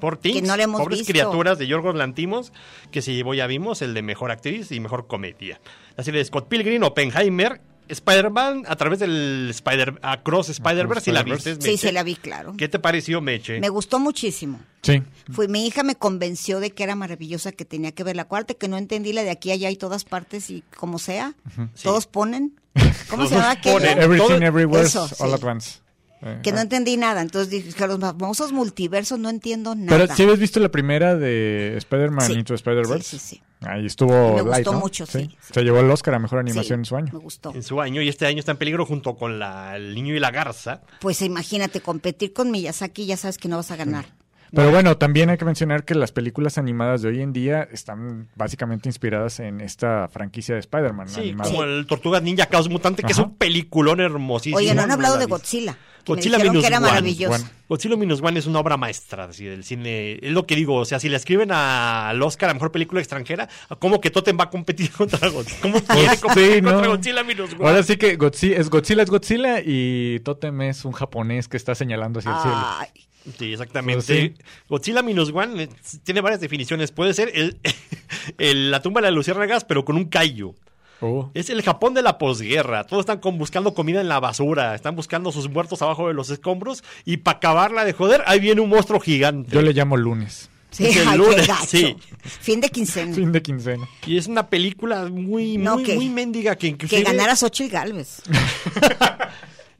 [SPEAKER 3] Por Things,
[SPEAKER 1] Que no la hemos
[SPEAKER 3] Pobres
[SPEAKER 1] visto.
[SPEAKER 3] Criaturas de Yorgos Lantimos, que se llevó, ya vimos, el de Mejor Actriz y Mejor Comedia. La serie de Scott Pilgrim, Oppenheimer, Spider-Man, a través del Spider... Across Spider-Verse, si la
[SPEAKER 2] Spider-Verse.
[SPEAKER 3] viste,
[SPEAKER 1] Sí,
[SPEAKER 3] Meche.
[SPEAKER 1] se la vi, claro.
[SPEAKER 3] ¿Qué te pareció, Meche?
[SPEAKER 1] Me gustó muchísimo.
[SPEAKER 2] Sí.
[SPEAKER 1] Fui, mi hija me convenció de que era maravillosa, que tenía que ver la cuarta, que no entendí la de aquí, allá y todas partes y como sea. Todos ponen. ¿Cómo se
[SPEAKER 3] Todos
[SPEAKER 1] llama
[SPEAKER 3] ponen.
[SPEAKER 1] aquello?
[SPEAKER 2] Everything,
[SPEAKER 3] todo-
[SPEAKER 2] everywhere,
[SPEAKER 1] eso,
[SPEAKER 2] all
[SPEAKER 1] sí.
[SPEAKER 2] at once. Eh,
[SPEAKER 1] Que no
[SPEAKER 2] ah.
[SPEAKER 1] entendí nada. Entonces dije, los famosos multiversos no entiendo nada.
[SPEAKER 2] Pero si habías visto la primera de Spider-Man
[SPEAKER 1] Sí.
[SPEAKER 2] Into Spider-Verse.
[SPEAKER 1] Sí, sí, sí.
[SPEAKER 2] Ahí estuvo
[SPEAKER 1] Me gustó
[SPEAKER 2] Light, ¿no?
[SPEAKER 1] mucho, sí, sí.
[SPEAKER 2] Se llevó el Oscar a mejor
[SPEAKER 1] Sí,
[SPEAKER 2] animación en su
[SPEAKER 1] Me
[SPEAKER 2] año.
[SPEAKER 1] gustó.
[SPEAKER 3] En su año, y este año está en peligro junto con la, El Niño y la Garza.
[SPEAKER 1] Pues imagínate, competir con Miyazaki ya sabes que no vas a ganar.
[SPEAKER 2] Pero bueno, también hay que mencionar que las películas animadas de hoy en día están básicamente inspiradas en esta franquicia de Spider-Man.
[SPEAKER 3] Sí,
[SPEAKER 2] animada.
[SPEAKER 3] como el Tortuga Ninja Caos Mutante, que es
[SPEAKER 2] Ajá.
[SPEAKER 3] un peliculón hermosísimo.
[SPEAKER 1] Oye, no han hablado de
[SPEAKER 3] David.
[SPEAKER 1] Godzilla. Que
[SPEAKER 3] Godzilla
[SPEAKER 1] me dijeron que era
[SPEAKER 3] minus one.
[SPEAKER 1] maravilloso.
[SPEAKER 2] Bueno.
[SPEAKER 3] Godzilla Minus One es una obra maestra así, del cine. Es lo que digo, o sea, si le escriben a- al Oscar a Mejor Película Extranjera, ¿cómo que Totem va a competir contra Godzilla? ¿Cómo quiere competir
[SPEAKER 2] Pues Sí, no. Pues
[SPEAKER 3] contra Godzilla Minus One?
[SPEAKER 2] Ahora sí que Godzilla es Godzilla, es Godzilla y Totem es un japonés que está señalando hacia el cielo.
[SPEAKER 1] Ay,
[SPEAKER 3] Sí, exactamente.
[SPEAKER 2] Pues
[SPEAKER 3] Godzilla Minus One eh, tiene varias definiciones. Puede ser el, el- la tumba de las luciérnagas, pero con un kaiju.
[SPEAKER 2] Oh.
[SPEAKER 3] Es el Japón de la posguerra. Todos están con- buscando comida en la basura. Están buscando sus muertos abajo de los escombros. Y para acabarla de joder, ahí viene un monstruo gigante.
[SPEAKER 2] Yo le llamo lunes.
[SPEAKER 1] sí,
[SPEAKER 3] Es el
[SPEAKER 1] ay, qué
[SPEAKER 3] lunes,
[SPEAKER 1] gacho.
[SPEAKER 3] sí.
[SPEAKER 1] Fin de quincena.
[SPEAKER 2] Fin de quincena.
[SPEAKER 3] Y es una película muy,
[SPEAKER 1] No,
[SPEAKER 3] muy,
[SPEAKER 1] que-
[SPEAKER 3] muy mendiga que
[SPEAKER 1] Que
[SPEAKER 3] inclusive.
[SPEAKER 1] ganara Xochitl Galvez.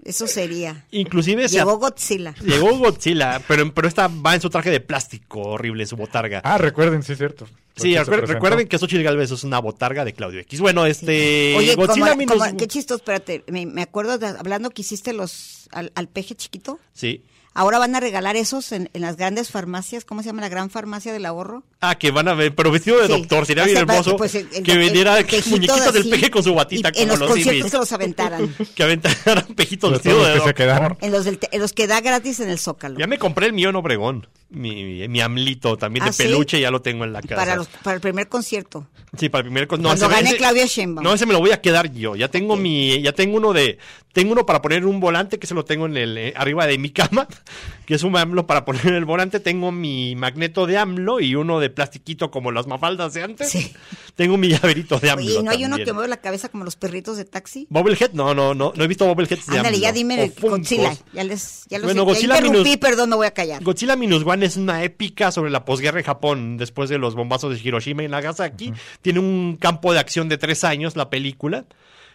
[SPEAKER 1] Eso sería.
[SPEAKER 3] Inclusive se-
[SPEAKER 1] Llegó Godzilla.
[SPEAKER 3] llegó Godzilla, pero, pero esta va en su traje de plástico horrible, su botarga.
[SPEAKER 2] Ah, recuerden, sí es cierto. Porque
[SPEAKER 3] sí,
[SPEAKER 2] se
[SPEAKER 3] recuer-
[SPEAKER 2] presentó.
[SPEAKER 3] recuerden que Xochitl Galvez es una botarga de Claudio X. Bueno, este.
[SPEAKER 1] Oye, como-
[SPEAKER 3] Godzilla minus-
[SPEAKER 1] como- qué chistoso, espérate. Me, me acuerdo de- hablando que hiciste los al, al peje chiquito.
[SPEAKER 3] Sí.
[SPEAKER 1] Ahora van a regalar esos en, en las grandes farmacias. ¿Cómo se llama la gran farmacia del ahorro?
[SPEAKER 3] Ah, que van a ver, pero vestido de
[SPEAKER 1] Sí.
[SPEAKER 3] doctor, sería
[SPEAKER 1] O
[SPEAKER 3] bien
[SPEAKER 1] sea, va-
[SPEAKER 3] hermoso
[SPEAKER 1] pues, el- el-
[SPEAKER 3] que
[SPEAKER 1] el
[SPEAKER 3] vendiera
[SPEAKER 1] pejito
[SPEAKER 3] muñequitos del
[SPEAKER 1] así,
[SPEAKER 3] peje con su batita
[SPEAKER 1] y- En los
[SPEAKER 3] como los
[SPEAKER 1] conciertos
[SPEAKER 3] Ibis.
[SPEAKER 1] que los aventaran.
[SPEAKER 3] Que aventaran pejitos
[SPEAKER 2] Sobre todo
[SPEAKER 3] vestido
[SPEAKER 2] los
[SPEAKER 3] de
[SPEAKER 2] que se
[SPEAKER 3] doctor.
[SPEAKER 2] quedaron.
[SPEAKER 1] En los, del te- en los que da gratis en el Zócalo.
[SPEAKER 3] Ya me compré el mío en Obregón. Mi, mi, mi amlito también de
[SPEAKER 1] ¿Ah, sí?
[SPEAKER 3] peluche, ya lo tengo en la casa.
[SPEAKER 1] Para, los- para el primer concierto.
[SPEAKER 3] Sí, para el primer con-
[SPEAKER 1] Cuando
[SPEAKER 3] ese-
[SPEAKER 1] gane
[SPEAKER 3] ese-
[SPEAKER 1] Claudia Sheinbaum.
[SPEAKER 3] No, ese me lo voy a quedar yo. Ya tengo mi, ya tengo uno de, tengo uno para poner un volante que se lo tengo en el eh, arriba de mi cama, que es un AMLO para poner en el volante. Tengo mi magneto de AMLO y uno de plastiquito como las mafaldas de antes.
[SPEAKER 1] Sí.
[SPEAKER 3] Tengo mi llaverito de AMLO.
[SPEAKER 1] Oye, ¿y no hay uno
[SPEAKER 3] también.
[SPEAKER 1] que mueve la cabeza como los perritos de taxi?
[SPEAKER 3] Bobblehead, no, no, no, no he visto Bobblehead de
[SPEAKER 1] Ándale,
[SPEAKER 3] AMLO.
[SPEAKER 1] ya dime
[SPEAKER 3] O
[SPEAKER 1] el
[SPEAKER 3] Funkos.
[SPEAKER 1] Godzilla. Ya les ya los
[SPEAKER 3] Bueno,
[SPEAKER 1] ya
[SPEAKER 3] Godzilla
[SPEAKER 1] interrumpí,
[SPEAKER 3] minus-
[SPEAKER 1] perdón, me voy a callar.
[SPEAKER 3] Godzilla Minus One es una épica sobre la posguerra en Japón después de los bombazos de Hiroshima y Nagasaki. Tiene un campo de acción de tres años la película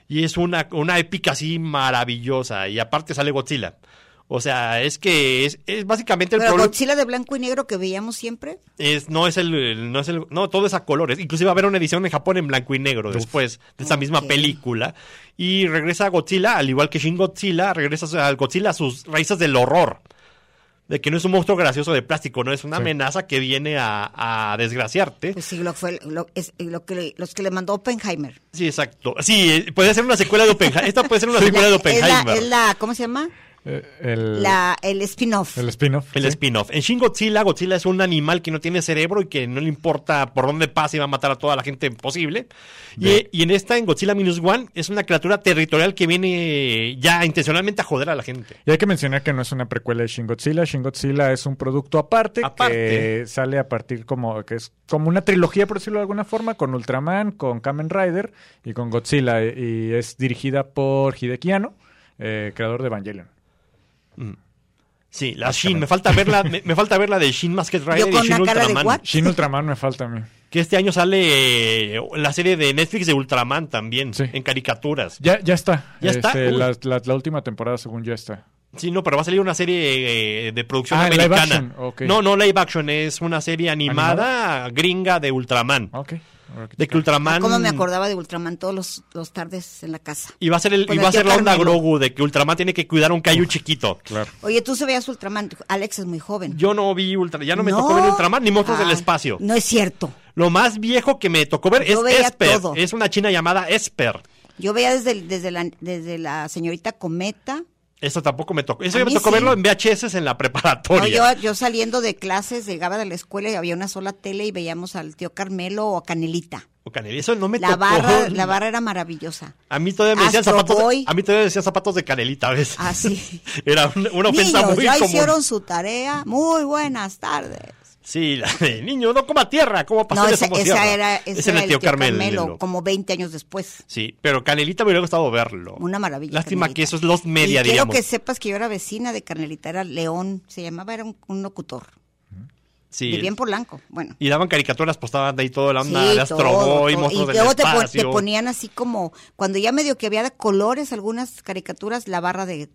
[SPEAKER 3] y es una, una épica así maravillosa y aparte sale Godzilla. O sea, es que es, es básicamente el
[SPEAKER 1] Pero
[SPEAKER 3] problema
[SPEAKER 1] Godzilla de blanco y negro que veíamos siempre.
[SPEAKER 3] es no es el, el- no es el no todo es a colores. Inclusive va a haber una edición en Japón en blanco y negro después de esa misma
[SPEAKER 1] ok.
[SPEAKER 3] película y regresa Godzilla al igual que Shin Godzilla regresa al Godzilla a sus raíces del horror. de que no es un monstruo gracioso de plástico, no es una
[SPEAKER 2] Sí.
[SPEAKER 3] amenaza que viene a, a desgraciarte.
[SPEAKER 1] Pues sí, lo, fue, lo, es, lo que, le- los que le mandó Oppenheimer.
[SPEAKER 3] Sí, exacto. Sí, eh, puede ser una secuela de Oppenheimer. Esta puede ser una secuela
[SPEAKER 1] es,
[SPEAKER 3] de
[SPEAKER 1] la,
[SPEAKER 3] Oppenheimer.
[SPEAKER 1] es la- ¿cómo se llama?
[SPEAKER 2] Eh, el
[SPEAKER 1] La, el spin-off.
[SPEAKER 2] el spin-off.
[SPEAKER 3] El
[SPEAKER 2] sí.
[SPEAKER 3] spin-off. En Shin Godzilla, Godzilla es un animal que no tiene cerebro y que no le importa por dónde pasa y va a matar a toda la gente posible. Y,
[SPEAKER 2] Bien.
[SPEAKER 3] y en esta, en Godzilla Minus One, es una criatura territorial que viene ya intencionalmente a joder a la gente.
[SPEAKER 2] Y hay que mencionar que no es una precuela de Shin Godzilla. Shin Godzilla es un producto aparte,
[SPEAKER 3] Aparte.
[SPEAKER 2] que sale a partir como que es como una trilogía, por decirlo de alguna forma, con Ultraman, con Kamen Rider y con Godzilla. Y es dirigida por Hideki Anno, eh, creador de Evangelion.
[SPEAKER 3] Sí, la Shin. Me falta verla, me, me falta verla de Shin Masked Rider
[SPEAKER 1] Yo con
[SPEAKER 3] y Shin
[SPEAKER 1] una cara de
[SPEAKER 3] Ultraman.
[SPEAKER 1] what?
[SPEAKER 2] Shin Ultraman me falta a mí.
[SPEAKER 3] Que este año sale eh, la serie de Netflix de Ultraman también,
[SPEAKER 2] Sí.
[SPEAKER 3] en caricaturas.
[SPEAKER 2] Ya, ya está.
[SPEAKER 3] ¿Ya está?
[SPEAKER 2] Este,
[SPEAKER 3] Uy.
[SPEAKER 2] la, la- la última temporada, según ya está.
[SPEAKER 3] Sí, no, pero va a salir una serie eh, de producción
[SPEAKER 2] Ah, live
[SPEAKER 3] americana.
[SPEAKER 2] action, ok.
[SPEAKER 3] No, no live action, es una serie animada, gringa de Ultraman.
[SPEAKER 2] Ah, Ok. Ahora que-
[SPEAKER 3] De que Ultraman.
[SPEAKER 1] ¿Cómo me acordaba de Ultraman todos los, los tardes en la casa?
[SPEAKER 3] Y va a ser, el,
[SPEAKER 1] Con
[SPEAKER 3] y
[SPEAKER 1] la
[SPEAKER 3] va a ser
[SPEAKER 1] tía
[SPEAKER 3] la onda
[SPEAKER 1] Carmen, ¿no?
[SPEAKER 3] Grogu de que Ultraman tiene que cuidar a un Caillou chiquito.
[SPEAKER 2] Claro.
[SPEAKER 1] Oye, tú se veías Ultraman. Alex es muy joven.
[SPEAKER 3] Yo no vi Ultraman, ya no me tocó ver Ultraman ni Monstruos del
[SPEAKER 1] Ay,
[SPEAKER 3] Espacio.
[SPEAKER 1] No es cierto.
[SPEAKER 3] Lo más viejo que me tocó ver
[SPEAKER 1] Yo
[SPEAKER 3] es
[SPEAKER 1] veía
[SPEAKER 3] Esper.
[SPEAKER 1] todo.
[SPEAKER 3] Es una china llamada Esper.
[SPEAKER 1] Yo veía desde, el- desde, la, desde la señorita Cometa.
[SPEAKER 3] Eso tampoco me tocó. Eso
[SPEAKER 1] A
[SPEAKER 3] ya me
[SPEAKER 1] mí
[SPEAKER 3] tocó
[SPEAKER 1] sí.
[SPEAKER 3] verlo en VHS en la
[SPEAKER 1] No,
[SPEAKER 3] preparatoria.
[SPEAKER 1] yo, yo saliendo de clases, llegaba de la escuela y había una sola tele y veíamos al tío Carmelo o a Canelita.
[SPEAKER 3] O Oh, Canelita, Eso no me
[SPEAKER 1] La
[SPEAKER 3] tocó.
[SPEAKER 1] barra, la barra era maravillosa.
[SPEAKER 3] A mí todavía me decían
[SPEAKER 1] Astro
[SPEAKER 3] zapatos.
[SPEAKER 1] Boy.
[SPEAKER 3] A mí todavía me decían zapatos de canelita a veces.
[SPEAKER 1] Ah, sí.
[SPEAKER 3] Era una, una ofensa
[SPEAKER 1] Niños,
[SPEAKER 3] muy
[SPEAKER 1] ya
[SPEAKER 3] común.
[SPEAKER 1] hicieron su tarea. Muy buenas tardes.
[SPEAKER 3] Sí, la de niño, no coma tierra, coma
[SPEAKER 1] No,
[SPEAKER 3] pasteles
[SPEAKER 1] esa,
[SPEAKER 3] como
[SPEAKER 1] esa
[SPEAKER 3] tierra.
[SPEAKER 1] era, ese era el tío Carmelo,
[SPEAKER 3] Carmelo.
[SPEAKER 1] como 20 años después.
[SPEAKER 3] Sí, pero Canelita me hubiera gustado verlo.
[SPEAKER 1] Una maravilla.
[SPEAKER 3] Lástima
[SPEAKER 1] Carmelita.
[SPEAKER 3] que eso es los media,
[SPEAKER 1] y quiero
[SPEAKER 3] digamos.
[SPEAKER 1] que sepas que yo era vecina de Carmelita, era León, se llamaba, era un, un locutor.
[SPEAKER 3] Sí.
[SPEAKER 1] Vivía en Polanco, bueno.
[SPEAKER 3] Y daban caricaturas, postaban de ahí toda la onda
[SPEAKER 1] Sí,
[SPEAKER 3] de Astro
[SPEAKER 1] todo,
[SPEAKER 3] Boy,
[SPEAKER 1] todo.
[SPEAKER 3] monstruos
[SPEAKER 1] Y
[SPEAKER 3] del
[SPEAKER 1] luego te, pon-
[SPEAKER 3] espacio.
[SPEAKER 1] te ponían así como, cuando ya medio que había de colores algunas caricaturas, la barra de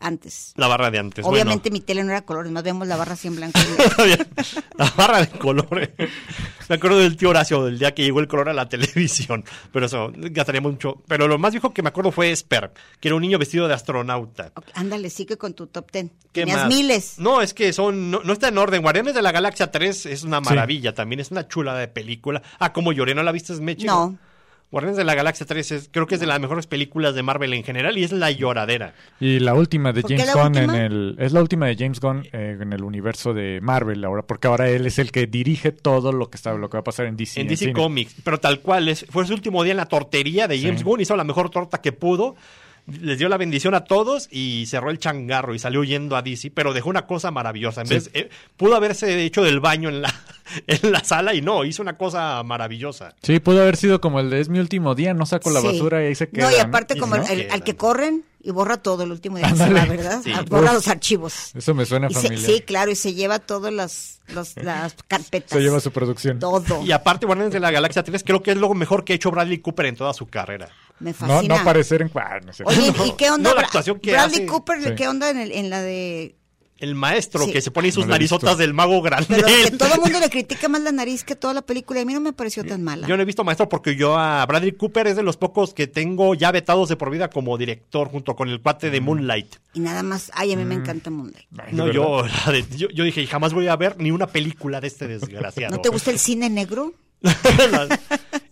[SPEAKER 1] antes.
[SPEAKER 3] La barra de antes.
[SPEAKER 1] Obviamente
[SPEAKER 3] bueno.
[SPEAKER 1] mi tele no era colores, más vemos la barra así en blanco y negro.
[SPEAKER 3] la barra de colores. Me acuerdo del tío Horacio, del día que llegó el color a la televisión. Pero eso, gastaría mucho. Pero lo más viejo que me acuerdo fue Esper, que era un niño vestido de astronauta.
[SPEAKER 1] Ok, Ándale, sigue con tu top ten.
[SPEAKER 3] ¿Qué
[SPEAKER 1] Tenías
[SPEAKER 3] más?
[SPEAKER 1] miles.
[SPEAKER 3] No, es que son. No, no está en orden. Guardianes de la Galaxia 3 es una maravilla también. Es una chulada de película. Ah, como lloré, ¿no la viste, Mechi?
[SPEAKER 1] No.
[SPEAKER 3] Guardianes de la Galaxia 3 es, creo que es de las mejores películas de Marvel en general y es la lloradera.
[SPEAKER 2] Y la última de
[SPEAKER 1] ¿Por qué
[SPEAKER 2] James
[SPEAKER 1] la
[SPEAKER 2] Gunn en
[SPEAKER 1] última?
[SPEAKER 2] el es la última de James Gunn eh, en el universo de Marvel ahora porque ahora él es el que dirige todo lo que está lo que va a pasar en DC
[SPEAKER 3] en DC
[SPEAKER 2] cine.
[SPEAKER 3] Comics. Pero tal cual, es, fue su último día en la tortería de James Gunn, hizo la mejor torta que pudo, les dio la bendición a todos y cerró el changarro y salió yendo a DC, pero dejó una cosa maravillosa. En
[SPEAKER 2] Sí.
[SPEAKER 3] vez, eh, pudo haberse hecho del baño en la, en la sala y no, hizo una cosa maravillosa.
[SPEAKER 2] Sí, pudo haber sido como el de es mi último día, no saco la
[SPEAKER 1] Sí.
[SPEAKER 2] basura y ahí se queda.
[SPEAKER 1] No, y aparte
[SPEAKER 3] Y
[SPEAKER 1] como
[SPEAKER 3] se
[SPEAKER 1] el- el-
[SPEAKER 3] quedan.
[SPEAKER 1] al que corren y borra todo el último día que se
[SPEAKER 2] Ándale.
[SPEAKER 1] va, ¿verdad?
[SPEAKER 3] Sí.
[SPEAKER 1] Ah, Borra
[SPEAKER 2] Uf.
[SPEAKER 1] los archivos.
[SPEAKER 2] Eso me suena
[SPEAKER 1] Y se-
[SPEAKER 2] familiar.
[SPEAKER 1] sí, claro, y se lleva todas las, los- las carpetas.
[SPEAKER 2] Se lleva su producción.
[SPEAKER 1] Todo.
[SPEAKER 3] Y aparte, Guardianes de la Galaxia 3 creo que es lo mejor que ha hecho Bradley Cooper en toda su carrera.
[SPEAKER 1] Me
[SPEAKER 2] No,
[SPEAKER 1] fascina.
[SPEAKER 2] no aparecer en ah, no sé.
[SPEAKER 1] Oye, ¿y qué onda?
[SPEAKER 3] No, la
[SPEAKER 1] Bra-
[SPEAKER 3] actuación que
[SPEAKER 1] Bradley
[SPEAKER 3] hace-
[SPEAKER 1] Cooper,
[SPEAKER 2] Sí.
[SPEAKER 1] ¿qué onda en, el- en la de...?
[SPEAKER 3] El maestro
[SPEAKER 1] Sí.
[SPEAKER 3] que se pone ahí sus
[SPEAKER 2] No lo he visto.
[SPEAKER 3] narizotas del mago grande.
[SPEAKER 1] Pero que todo el mundo le critica más la nariz que toda la película. Y a mí no me pareció tan mala.
[SPEAKER 3] Yo no he visto maestro porque yo a Bradley Cooper es de los pocos que tengo ya vetados de por vida como director junto con el cuate de Moonlight.
[SPEAKER 1] Y nada más, ay, a mí me
[SPEAKER 2] Mm.
[SPEAKER 1] encanta Moonlight.
[SPEAKER 2] Ay,
[SPEAKER 3] No,
[SPEAKER 2] ¿de
[SPEAKER 3] yo,
[SPEAKER 2] Ah, verdad?
[SPEAKER 3] la de- yo, yo dije, jamás voy a ver ni una película de este desgraciado.
[SPEAKER 1] ¿No te gusta el cine negro?
[SPEAKER 3] La-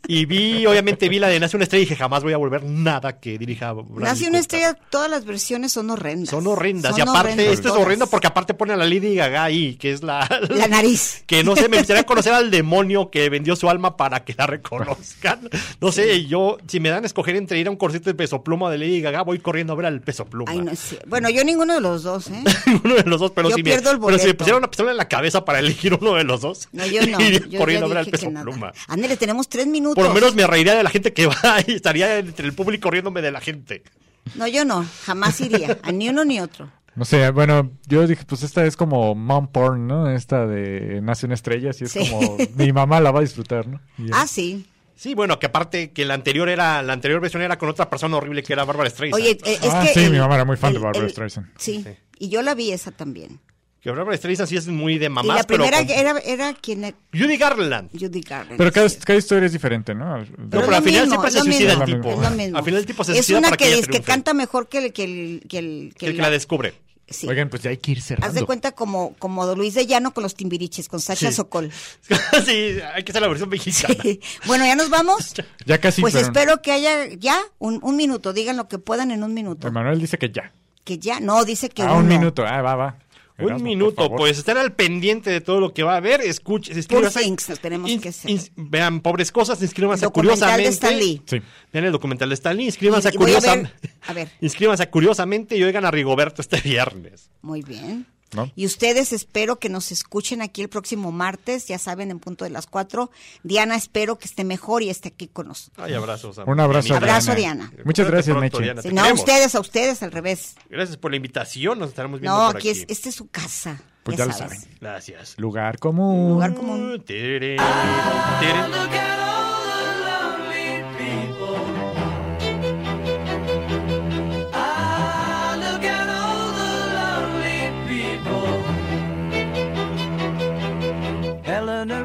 [SPEAKER 3] y vi, obviamente vi la de Nace una estrella y dije, jamás voy a volver nada que dirija Bradley
[SPEAKER 1] Nace
[SPEAKER 3] Cooper.
[SPEAKER 1] una estrella, todas las versiones son horrendas.
[SPEAKER 3] Son horrendas.
[SPEAKER 1] Son
[SPEAKER 3] y aparte,
[SPEAKER 1] horrendas
[SPEAKER 3] esto es
[SPEAKER 1] todas.
[SPEAKER 3] horrendo porque aparte pone a la Lady Gaga ahí, que es la...
[SPEAKER 1] La nariz.
[SPEAKER 3] Que no sé, me gustaría conocer al demonio que vendió su alma para que la reconozcan. No sé, yo, si me dan a escoger entre ir a un concierto de peso pluma de Lady Gaga, voy corriendo a ver al peso pluma.
[SPEAKER 1] Ay, no sé. Bueno, yo ninguno de los dos, ¿eh?
[SPEAKER 3] uno de los dos, pero,
[SPEAKER 1] Yo
[SPEAKER 3] si me,
[SPEAKER 1] pierdo el
[SPEAKER 3] pero si me
[SPEAKER 1] boleto.
[SPEAKER 3] pusieran una pistola en la cabeza para elegir uno de los dos,
[SPEAKER 1] No, yo no.
[SPEAKER 3] iría
[SPEAKER 1] Yo ya
[SPEAKER 3] corriendo a ver al
[SPEAKER 1] dije que
[SPEAKER 3] peso
[SPEAKER 1] nada.
[SPEAKER 3] pluma.
[SPEAKER 1] Ándale, tenemos tres minutos.
[SPEAKER 3] Por lo menos me reiría de la gente que va y estaría entre el público riéndome de la gente.
[SPEAKER 1] No, yo no. Jamás iría. A ni uno ni otro.
[SPEAKER 2] No sé, bueno, yo dije, pues esta es como mom porn, ¿no? Esta de nace una estrella, así es
[SPEAKER 1] Sí.
[SPEAKER 2] como mi mamá la va a disfrutar, ¿no? Y-
[SPEAKER 1] Ah, sí.
[SPEAKER 3] Sí, bueno, que aparte que la anterior era la anterior versión era con otra persona horrible que era Bárbara Streisand.
[SPEAKER 1] Oye, eh, es
[SPEAKER 2] Ah,
[SPEAKER 1] que.
[SPEAKER 2] sí, mi mamá era muy fan de Barbra
[SPEAKER 1] el-
[SPEAKER 2] Streisand.
[SPEAKER 1] Sí.
[SPEAKER 3] Sí.
[SPEAKER 1] Y yo la vi esa también.
[SPEAKER 3] que Bárbara Streisand sí es muy de
[SPEAKER 1] y
[SPEAKER 3] mamás,
[SPEAKER 1] la
[SPEAKER 3] pero
[SPEAKER 1] primera
[SPEAKER 3] con-
[SPEAKER 1] era, era quien era
[SPEAKER 3] Judy Garland.
[SPEAKER 1] Judy Garland.
[SPEAKER 2] Pero cada,
[SPEAKER 1] sí.
[SPEAKER 2] cada historia es diferente, ¿no? Al-
[SPEAKER 3] No,
[SPEAKER 1] es
[SPEAKER 3] pero
[SPEAKER 1] lo
[SPEAKER 3] al final
[SPEAKER 1] mismo,
[SPEAKER 3] siempre
[SPEAKER 1] es
[SPEAKER 3] se
[SPEAKER 1] lo
[SPEAKER 3] suicida el
[SPEAKER 1] mismo,
[SPEAKER 3] tipo.
[SPEAKER 1] Es lo mismo.
[SPEAKER 3] Al final el tipo se
[SPEAKER 1] es
[SPEAKER 3] suicida
[SPEAKER 1] una
[SPEAKER 3] para que
[SPEAKER 1] que,
[SPEAKER 3] ella
[SPEAKER 1] es que
[SPEAKER 3] triunfe.
[SPEAKER 1] canta mejor que el que el, que el- que
[SPEAKER 3] El que
[SPEAKER 1] la-
[SPEAKER 3] la descubre.
[SPEAKER 1] Sí.
[SPEAKER 2] Oigan, pues ya hay que ir cerrando.
[SPEAKER 1] Haz de cuenta como, como Luis de Llano con los timbiriches, con Sasha
[SPEAKER 3] Sí.
[SPEAKER 1] Sokol.
[SPEAKER 3] sí, hay que hacer la versión mexicana.
[SPEAKER 1] bueno, ya nos vamos.
[SPEAKER 2] Ya casi,
[SPEAKER 1] pues
[SPEAKER 2] pero-
[SPEAKER 1] espero que haya ya un, un minuto. Digan lo que puedan en un minuto.
[SPEAKER 2] Emanuel dice que ya.
[SPEAKER 1] Que ya, no, dice que
[SPEAKER 2] ah, un
[SPEAKER 1] uno.
[SPEAKER 2] minuto. Ah, va, va.
[SPEAKER 3] Un
[SPEAKER 2] Erasmo, por
[SPEAKER 3] minuto,
[SPEAKER 2] favor.
[SPEAKER 3] pues estén al pendiente de todo lo que va a haber. Escuchen, inscríbanse.
[SPEAKER 1] things nos tenemos que hacer.
[SPEAKER 3] vean pobres cosas, inscríbanse a
[SPEAKER 1] Documental de
[SPEAKER 3] curiosamente.
[SPEAKER 1] Stan Lee.
[SPEAKER 2] Sí.
[SPEAKER 3] Vean el documental de Stan Lee,
[SPEAKER 1] Y-
[SPEAKER 3] inscríbanse a
[SPEAKER 1] y voy a ver-
[SPEAKER 3] curiosamente.
[SPEAKER 1] a ver.
[SPEAKER 3] Inscríbanse a curiosamente y oigan a Rigoberto este viernes.
[SPEAKER 1] Muy bien.
[SPEAKER 2] ¿No?
[SPEAKER 1] Y ustedes espero que nos escuchen aquí el próximo martes, ya saben, en punto de las cuatro. Diana, espero que esté mejor y esté aquí con nosotros.
[SPEAKER 3] Ay, abrazos.
[SPEAKER 2] Un abrazo,
[SPEAKER 1] Diana. Abrazo, Diana.
[SPEAKER 2] Muchas
[SPEAKER 3] Cuídate
[SPEAKER 2] gracias,
[SPEAKER 3] pronto,
[SPEAKER 2] Meche.
[SPEAKER 3] Diana. Te
[SPEAKER 1] Sí, no, a
[SPEAKER 3] queremos.
[SPEAKER 1] ustedes, a ustedes, al revés.
[SPEAKER 3] Gracias por la invitación, nos estaremos viendo
[SPEAKER 1] No,
[SPEAKER 3] por aquí.
[SPEAKER 1] aquí es, esta es su casa.
[SPEAKER 2] Pues ya lo
[SPEAKER 1] sabes.
[SPEAKER 2] saben.
[SPEAKER 3] Gracias.
[SPEAKER 2] Lugar común.
[SPEAKER 1] Lugar común.
[SPEAKER 3] Tere, tere.
[SPEAKER 4] Look at all the lonely people. Ah, look at all the lonely people. Eleanor